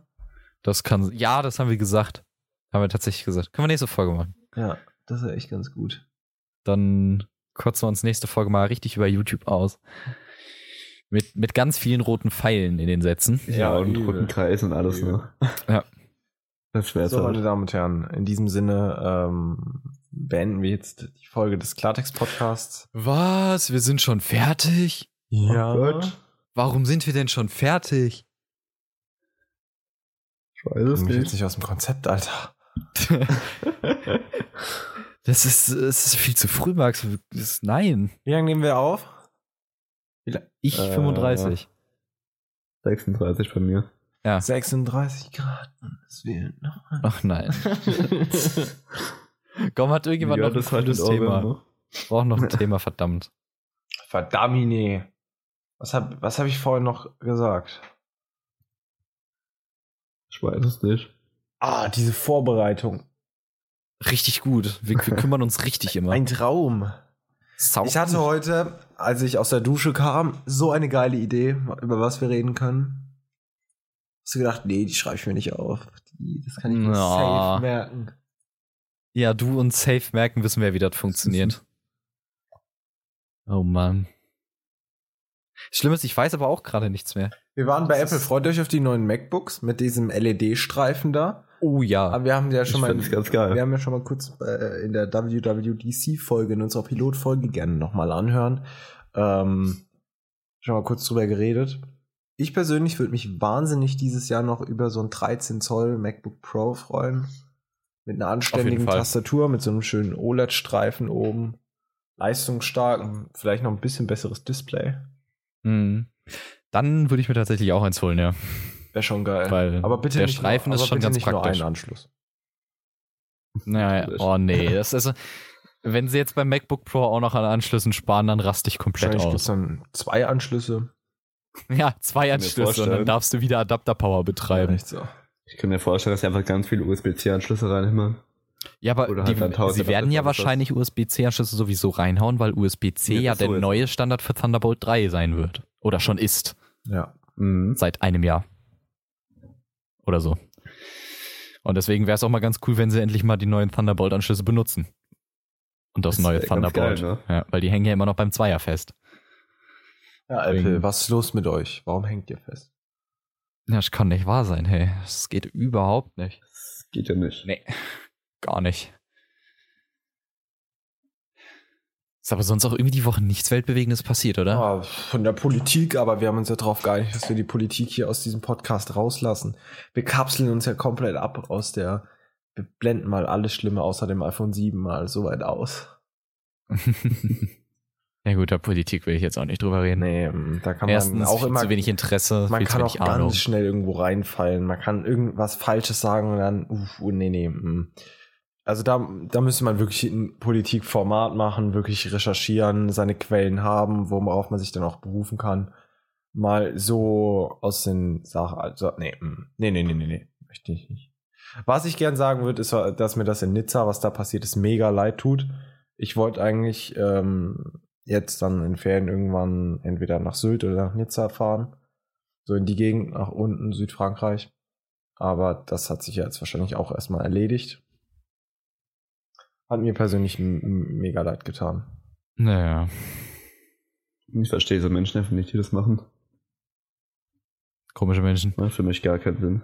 Speaker 1: Das kann. Ja, das haben wir gesagt. Haben wir tatsächlich gesagt. Können wir nächste Folge machen.
Speaker 2: Ja, das ist echt ganz gut.
Speaker 1: Dann kotzen wir uns nächste Folge mal richtig über YouTube aus. Mit, mit ganz vielen roten Pfeilen in den Sätzen.
Speaker 3: Ja,
Speaker 2: Ja,
Speaker 3: und
Speaker 2: übel.
Speaker 3: roten Kreis und alles, ne?
Speaker 1: Ja.
Speaker 3: Das schwer
Speaker 2: So, meine
Speaker 3: halt.
Speaker 2: Damen und Herren, in diesem Sinne ähm, beenden wir jetzt die Folge des Klartext-Podcasts. Oh
Speaker 1: Was? Wir sind schon fertig?
Speaker 3: Ja. Gott.
Speaker 1: Warum sind wir denn schon fertig?
Speaker 3: Ich weiß es
Speaker 2: Das mich jetzt
Speaker 3: nicht.
Speaker 2: nicht aus dem Konzept, Alter.
Speaker 1: Das ist, es ist viel zu früh, Max. Das, nein.
Speaker 2: Wie lange nehmen wir auf?
Speaker 1: Ich
Speaker 3: Äh,
Speaker 1: 35.
Speaker 3: 36 bei mir.
Speaker 2: 36 Grad. Es fehlen noch.
Speaker 1: Ach nein. Komm, hat irgendjemand
Speaker 3: Ja, halt
Speaker 1: noch ein
Speaker 3: hat
Speaker 1: cooles
Speaker 3: mit Orwell,
Speaker 1: Thema?
Speaker 3: ne?
Speaker 1: Braucht noch ein Themma, verdammt.
Speaker 2: Verdammine. Was habe was hab ich vorhin noch gesagt?
Speaker 3: Ich weiß es nicht.
Speaker 2: Ah, diese Vorbereitung.
Speaker 1: Richtig gut. Wir, wir kümmern uns richtig immer.
Speaker 2: Ein Traum.
Speaker 1: Sound-
Speaker 2: Ich hatte heute, als ich aus der Dusche kam, so eine geile Idee, über was wir reden können. Hast du gedacht, nee, die schreibe ich mir nicht auf. Die, das kann ich mir
Speaker 1: Na.
Speaker 2: safe merken.
Speaker 1: ja, du und Safe merken, wissen wir, wie das funktioniert. Oh Mann. Schlimm ist, ich weiß aber auch gerade nichts mehr.
Speaker 2: Wir waren bei
Speaker 1: Das
Speaker 2: Apple.
Speaker 1: ist-
Speaker 2: Freut euch auf die neuen MacBooks mit diesem LED-Streifen da.
Speaker 1: Oh ja.
Speaker 2: Aber wir haben ja schon
Speaker 3: ich
Speaker 2: mal,
Speaker 3: find's ganz geil.
Speaker 2: wir haben ja schon mal kurz äh, in der WWDC-Folge, in unserer Pilotfolge, gerne nochmal anhören, ähm, schon mal kurz drüber geredet. Ich persönlich würde mich wahnsinnig dieses Jahr noch über so ein 13 Zoll MacBook Pro freuen. Mit einer anständigen
Speaker 1: Fall.
Speaker 2: Tastatur, mit so einem schönen OLED-Streifen oben. Leistungsstarken, vielleicht noch ein bisschen besseres Display.
Speaker 1: Mhm. Dann würde ich mir tatsächlich auch eins holen, ja.
Speaker 2: Wäre schon geil.
Speaker 1: Weil
Speaker 2: aber bitte
Speaker 1: der
Speaker 2: nicht
Speaker 1: Streifen
Speaker 2: nur,
Speaker 1: ist
Speaker 2: aber
Speaker 1: schon
Speaker 2: bitte
Speaker 1: ganz
Speaker 2: nicht
Speaker 1: praktisch.
Speaker 2: nur einen Anschluss.
Speaker 1: Naja,
Speaker 3: Natürlich.
Speaker 1: oh nee, das ist, wenn sie jetzt beim MacBook Pro auch noch an Anschlüssen sparen, dann raste ich komplett
Speaker 2: Wahrscheinlich gibt es
Speaker 1: aus.
Speaker 2: dann zwei Anschlüsse.
Speaker 1: Ja, zwei
Speaker 3: Kann mir
Speaker 1: Anschlüsse und
Speaker 3: vorstellen.
Speaker 1: dann darfst du wieder Adapter Power betreiben.
Speaker 2: Nicht so.
Speaker 3: Ich kann mir vorstellen, dass sie einfach ganz viele USB-C-Anschlüsse reinhämmern.
Speaker 1: Ja, aber
Speaker 3: Oder
Speaker 1: die,
Speaker 3: halt dann tausend
Speaker 1: sie werden ja
Speaker 3: Adapter-
Speaker 1: wahrscheinlich USB-C-Anschlüsse sowieso reinhauen, weil USB-C
Speaker 3: Ja,
Speaker 1: ja,
Speaker 3: das
Speaker 1: der
Speaker 3: so ist.
Speaker 1: neue Standard für Thunderbolt 3 sein wird. Oder schon ist.
Speaker 2: Ja.
Speaker 3: Mhm.
Speaker 1: Seit einem Jahr. Oder so. Und deswegen wäre es auch mal ganz cool, wenn sie endlich mal die neuen Thunderbolt-Anschlüsse benutzen. Und das,
Speaker 3: Das
Speaker 1: neue
Speaker 3: wär ganz
Speaker 1: Thunderbolt.
Speaker 3: geil, ne?
Speaker 1: ja, weil die hängen ja immer noch beim Zweier fest.
Speaker 2: ja,
Speaker 1: Apple,
Speaker 2: Apple, was ist los mit euch? Warum hängt ihr fest?
Speaker 1: Ja, das kann nicht wahr sein, hey. Das geht überhaupt nicht.
Speaker 3: Das geht ja nicht.
Speaker 1: Nee, gar nicht. Ist aber sonst auch irgendwie die Woche nichts Weltbewegendes passiert,
Speaker 3: Oh,
Speaker 1: oder?
Speaker 2: Ah, von der Politik, aber wir haben uns ja darauf geeinigt, dass wir die Politik hier aus diesem Podcast rauslassen. Wir kapseln uns ja komplett ab aus der. Wir blenden mal alles Schlimme außer dem iPhone 7 mal so weit aus.
Speaker 1: ja gut, der Politik will ich jetzt auch nicht drüber reden.
Speaker 2: Nee, ähm, da kann
Speaker 1: Erstens
Speaker 2: man auch
Speaker 1: viel
Speaker 2: immer.
Speaker 1: zu wenig Interesse,
Speaker 2: man
Speaker 1: viel
Speaker 2: kann
Speaker 1: zu
Speaker 2: auch
Speaker 1: wenig
Speaker 2: ganz
Speaker 1: Ahnung.
Speaker 2: schnell irgendwo reinfallen. Man kann irgendwas Falsches sagen und dann, uff, oh, nee, nee. mm. Also da, da müsste man wirklich ein Politikformat machen, wirklich recherchieren, seine Quellen haben, worauf man sich dann auch berufen kann. Mal so aus den Sachen. Also, nee, mm. nee, nee, nee, nee, nee. Möchte ich nicht. Was ich gern sagen würde, ist, dass mir das in Nizza, was da passiert ist, mega leid tut. Ich wollte eigentlich ähm, jetzt dann in Ferien irgendwann entweder nach Sylt oder nach Nizza fahren. So in die Gegend, nach unten, Südfrankreich. Aber das hat sich ja jetzt wahrscheinlich auch erstmal erledigt. Hat mir persönlich m- m- mega leid getan.
Speaker 1: Naja.
Speaker 3: Ich verstehe so Menschen einfach nicht, die das machen.
Speaker 1: Komische Menschen.
Speaker 3: Macht Ne, für mich gar keinen Sinn.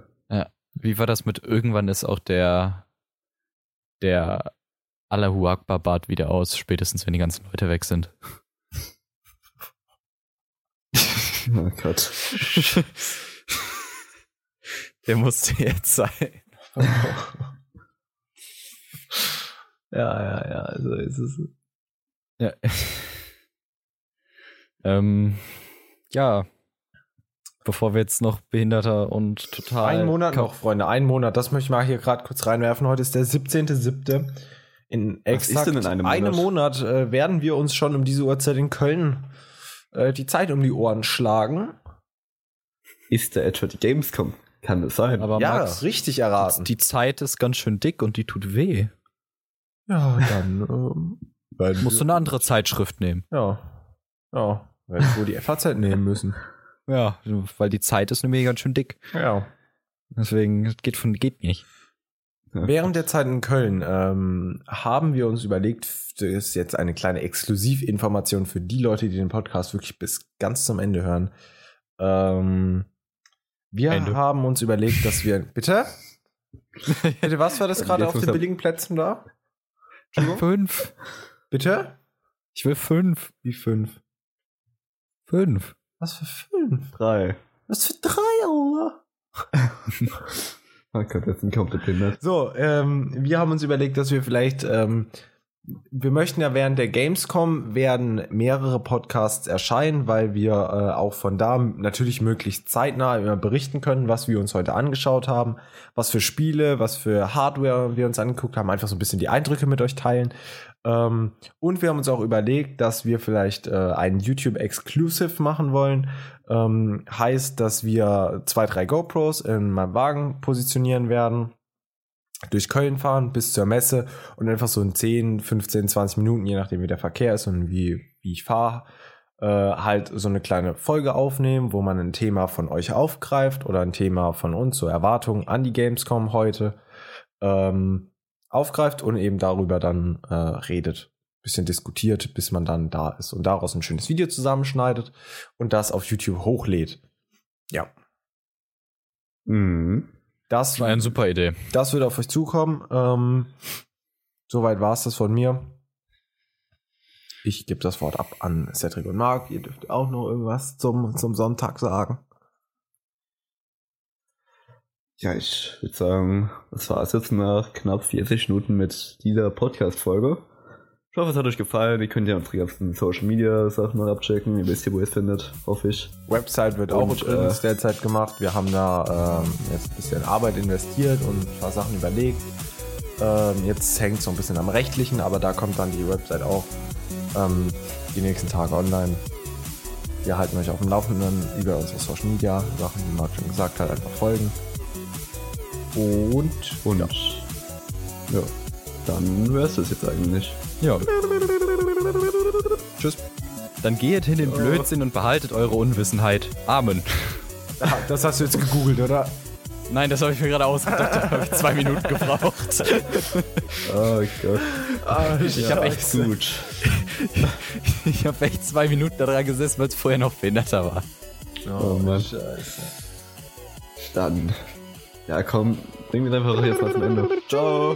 Speaker 1: Wie war das mit irgendwann ist auch der der Allahu Akbar Bart wieder aus, spätestens wenn die ganzen Leute weg sind.
Speaker 3: Oh Gott.
Speaker 1: der musste jetzt sein.
Speaker 2: Ja, ja, ja, so ist es.
Speaker 1: Ja. ähm, ja. Bevor wir jetzt noch behinderter und total.
Speaker 2: Einen Monat
Speaker 1: kap-
Speaker 2: noch, Freunde, einen Monat. Das möchte ich mal hier gerade kurz reinwerfen. Heute ist der 17.07. In exakt
Speaker 3: ist denn in einem
Speaker 2: einem
Speaker 3: Monat?
Speaker 2: Monat äh, werden wir uns schon um diese Uhrzeit in Köln äh, die Zeit um die Ohren schlagen.
Speaker 3: Ist da etwa die Gamescom? Kann das sein?
Speaker 1: Aber
Speaker 2: ja,
Speaker 1: Max,
Speaker 2: richtig erraten.
Speaker 1: die Zeit ist ganz schön dick und die tut weh.
Speaker 2: ja, dann ähm, werden
Speaker 1: Musst du
Speaker 2: wir-
Speaker 1: eine andere Zeitschrift nehmen.
Speaker 2: Ja. Ja. Weil wir wohl die FAZ nehmen müssen.
Speaker 1: Ja, weil die Zeit ist nämlich ganz schön dick.
Speaker 2: Ja.
Speaker 1: Deswegen das geht von geht nicht.
Speaker 2: Während der Zeit in Köln ähm, haben wir uns überlegt, das ist jetzt eine kleine Exklusivinformation für die Leute, die den Podcast wirklich bis ganz zum Ende hören. Ähm, wir
Speaker 1: Ende.
Speaker 2: haben uns überlegt, dass wir. Bitte? Bitte, was war das
Speaker 3: Jetzt
Speaker 2: gerade auf
Speaker 3: muss
Speaker 2: den
Speaker 3: er-
Speaker 2: billigen Plätzen da? Entschuldigung?
Speaker 1: Fünf.
Speaker 2: Bitte?
Speaker 1: Ich will fünf.
Speaker 2: Wie fünf?
Speaker 1: Fünf.
Speaker 2: Was für fünf?
Speaker 3: drei.
Speaker 2: Was für drei, Alter?
Speaker 3: Oh Gott, das sind komplett behindert.
Speaker 2: So, ähm, wir haben uns überlegt, dass wir vielleicht ähm, wir möchten ja während der Gamescom werden mehrere Podcasts erscheinen, weil wir äh, auch von da natürlich möglichst zeitnah immer berichten können, was wir uns heute angeschaut haben, was für Spiele, was für Hardware wir uns angeguckt haben, einfach so ein bisschen die Eindrücke mit euch teilen. Ähm, und wir haben uns auch überlegt, dass wir vielleicht äh, einen YouTube Exclusive machen wollen. Ähm, heißt, dass wir zwei, drei GoPros in meinem Wagen positionieren werden durch Köln fahren bis zur Messe und einfach so in 10, 15, 20 Minuten, je nachdem wie der Verkehr ist und wie, wie ich fahre, äh, halt so eine kleine Folge aufnehmen, wo man ein Thema von euch aufgreift oder ein Thema von uns, so Erwartungen an die Gamescom heute, ähm, aufgreift und eben darüber dann äh, redet. Bisschen diskutiert, bis man dann da ist und daraus ein schönes Video zusammenschneidet und das auf YouTube hochlädt. Ja.
Speaker 3: Mhm.
Speaker 2: Das
Speaker 1: war eine super Idee.
Speaker 2: das wird auf euch zukommen. Ähm, soweit war es das von mir. Ich gebe das Wort ab an Cedric und Marc. Ihr dürft auch noch irgendwas zum, zum Sonntag sagen.
Speaker 3: Ja, ich würde sagen, das war's jetzt nach knapp 40 Minuten mit dieser Podcast-Folge. Ich hoffe, es hat euch gefallen. Ihr könnt ja unsere ganzen Social Media Sachen mal abchecken. Ihr wisst ja, wo ihr es findet, hoffe ich.
Speaker 2: Website wird auch
Speaker 3: Und,
Speaker 2: übrigens derzeit gemacht. Wir haben da ähm, jetzt ein bisschen Arbeit investiert und ein paar Sachen überlegt. Ähm, jetzt hängt es so ein bisschen am rechtlichen, aber da kommt dann die Website auch ähm, die nächsten Tage online. Wir halten euch auf dem Laufenden über unsere Social Media Sachen, die Marc schon gesagt hat, einfach folgen. Und
Speaker 3: Und ja, dann wär's das jetzt eigentlich.
Speaker 1: Ja.
Speaker 2: tschüss. Oh.
Speaker 1: Dann geht in den Blödsinn und behaltet eure Unwissenheit. Amen.
Speaker 2: Das hast du jetzt gegoogelt, oder?
Speaker 1: Nein, das habe ich mir gerade ausgedacht. Da habe ich zwei Minuten gebraucht.
Speaker 3: Oh Gott.
Speaker 1: Ich habe echt,
Speaker 3: gut.
Speaker 1: ich hab echt zwei Minuten daran gesessen, weil es vorher noch behinderter war.
Speaker 3: Oh Mann. Dann. Ja, komm, bringen wir einfach jetzt mal zum Ende. Ciao.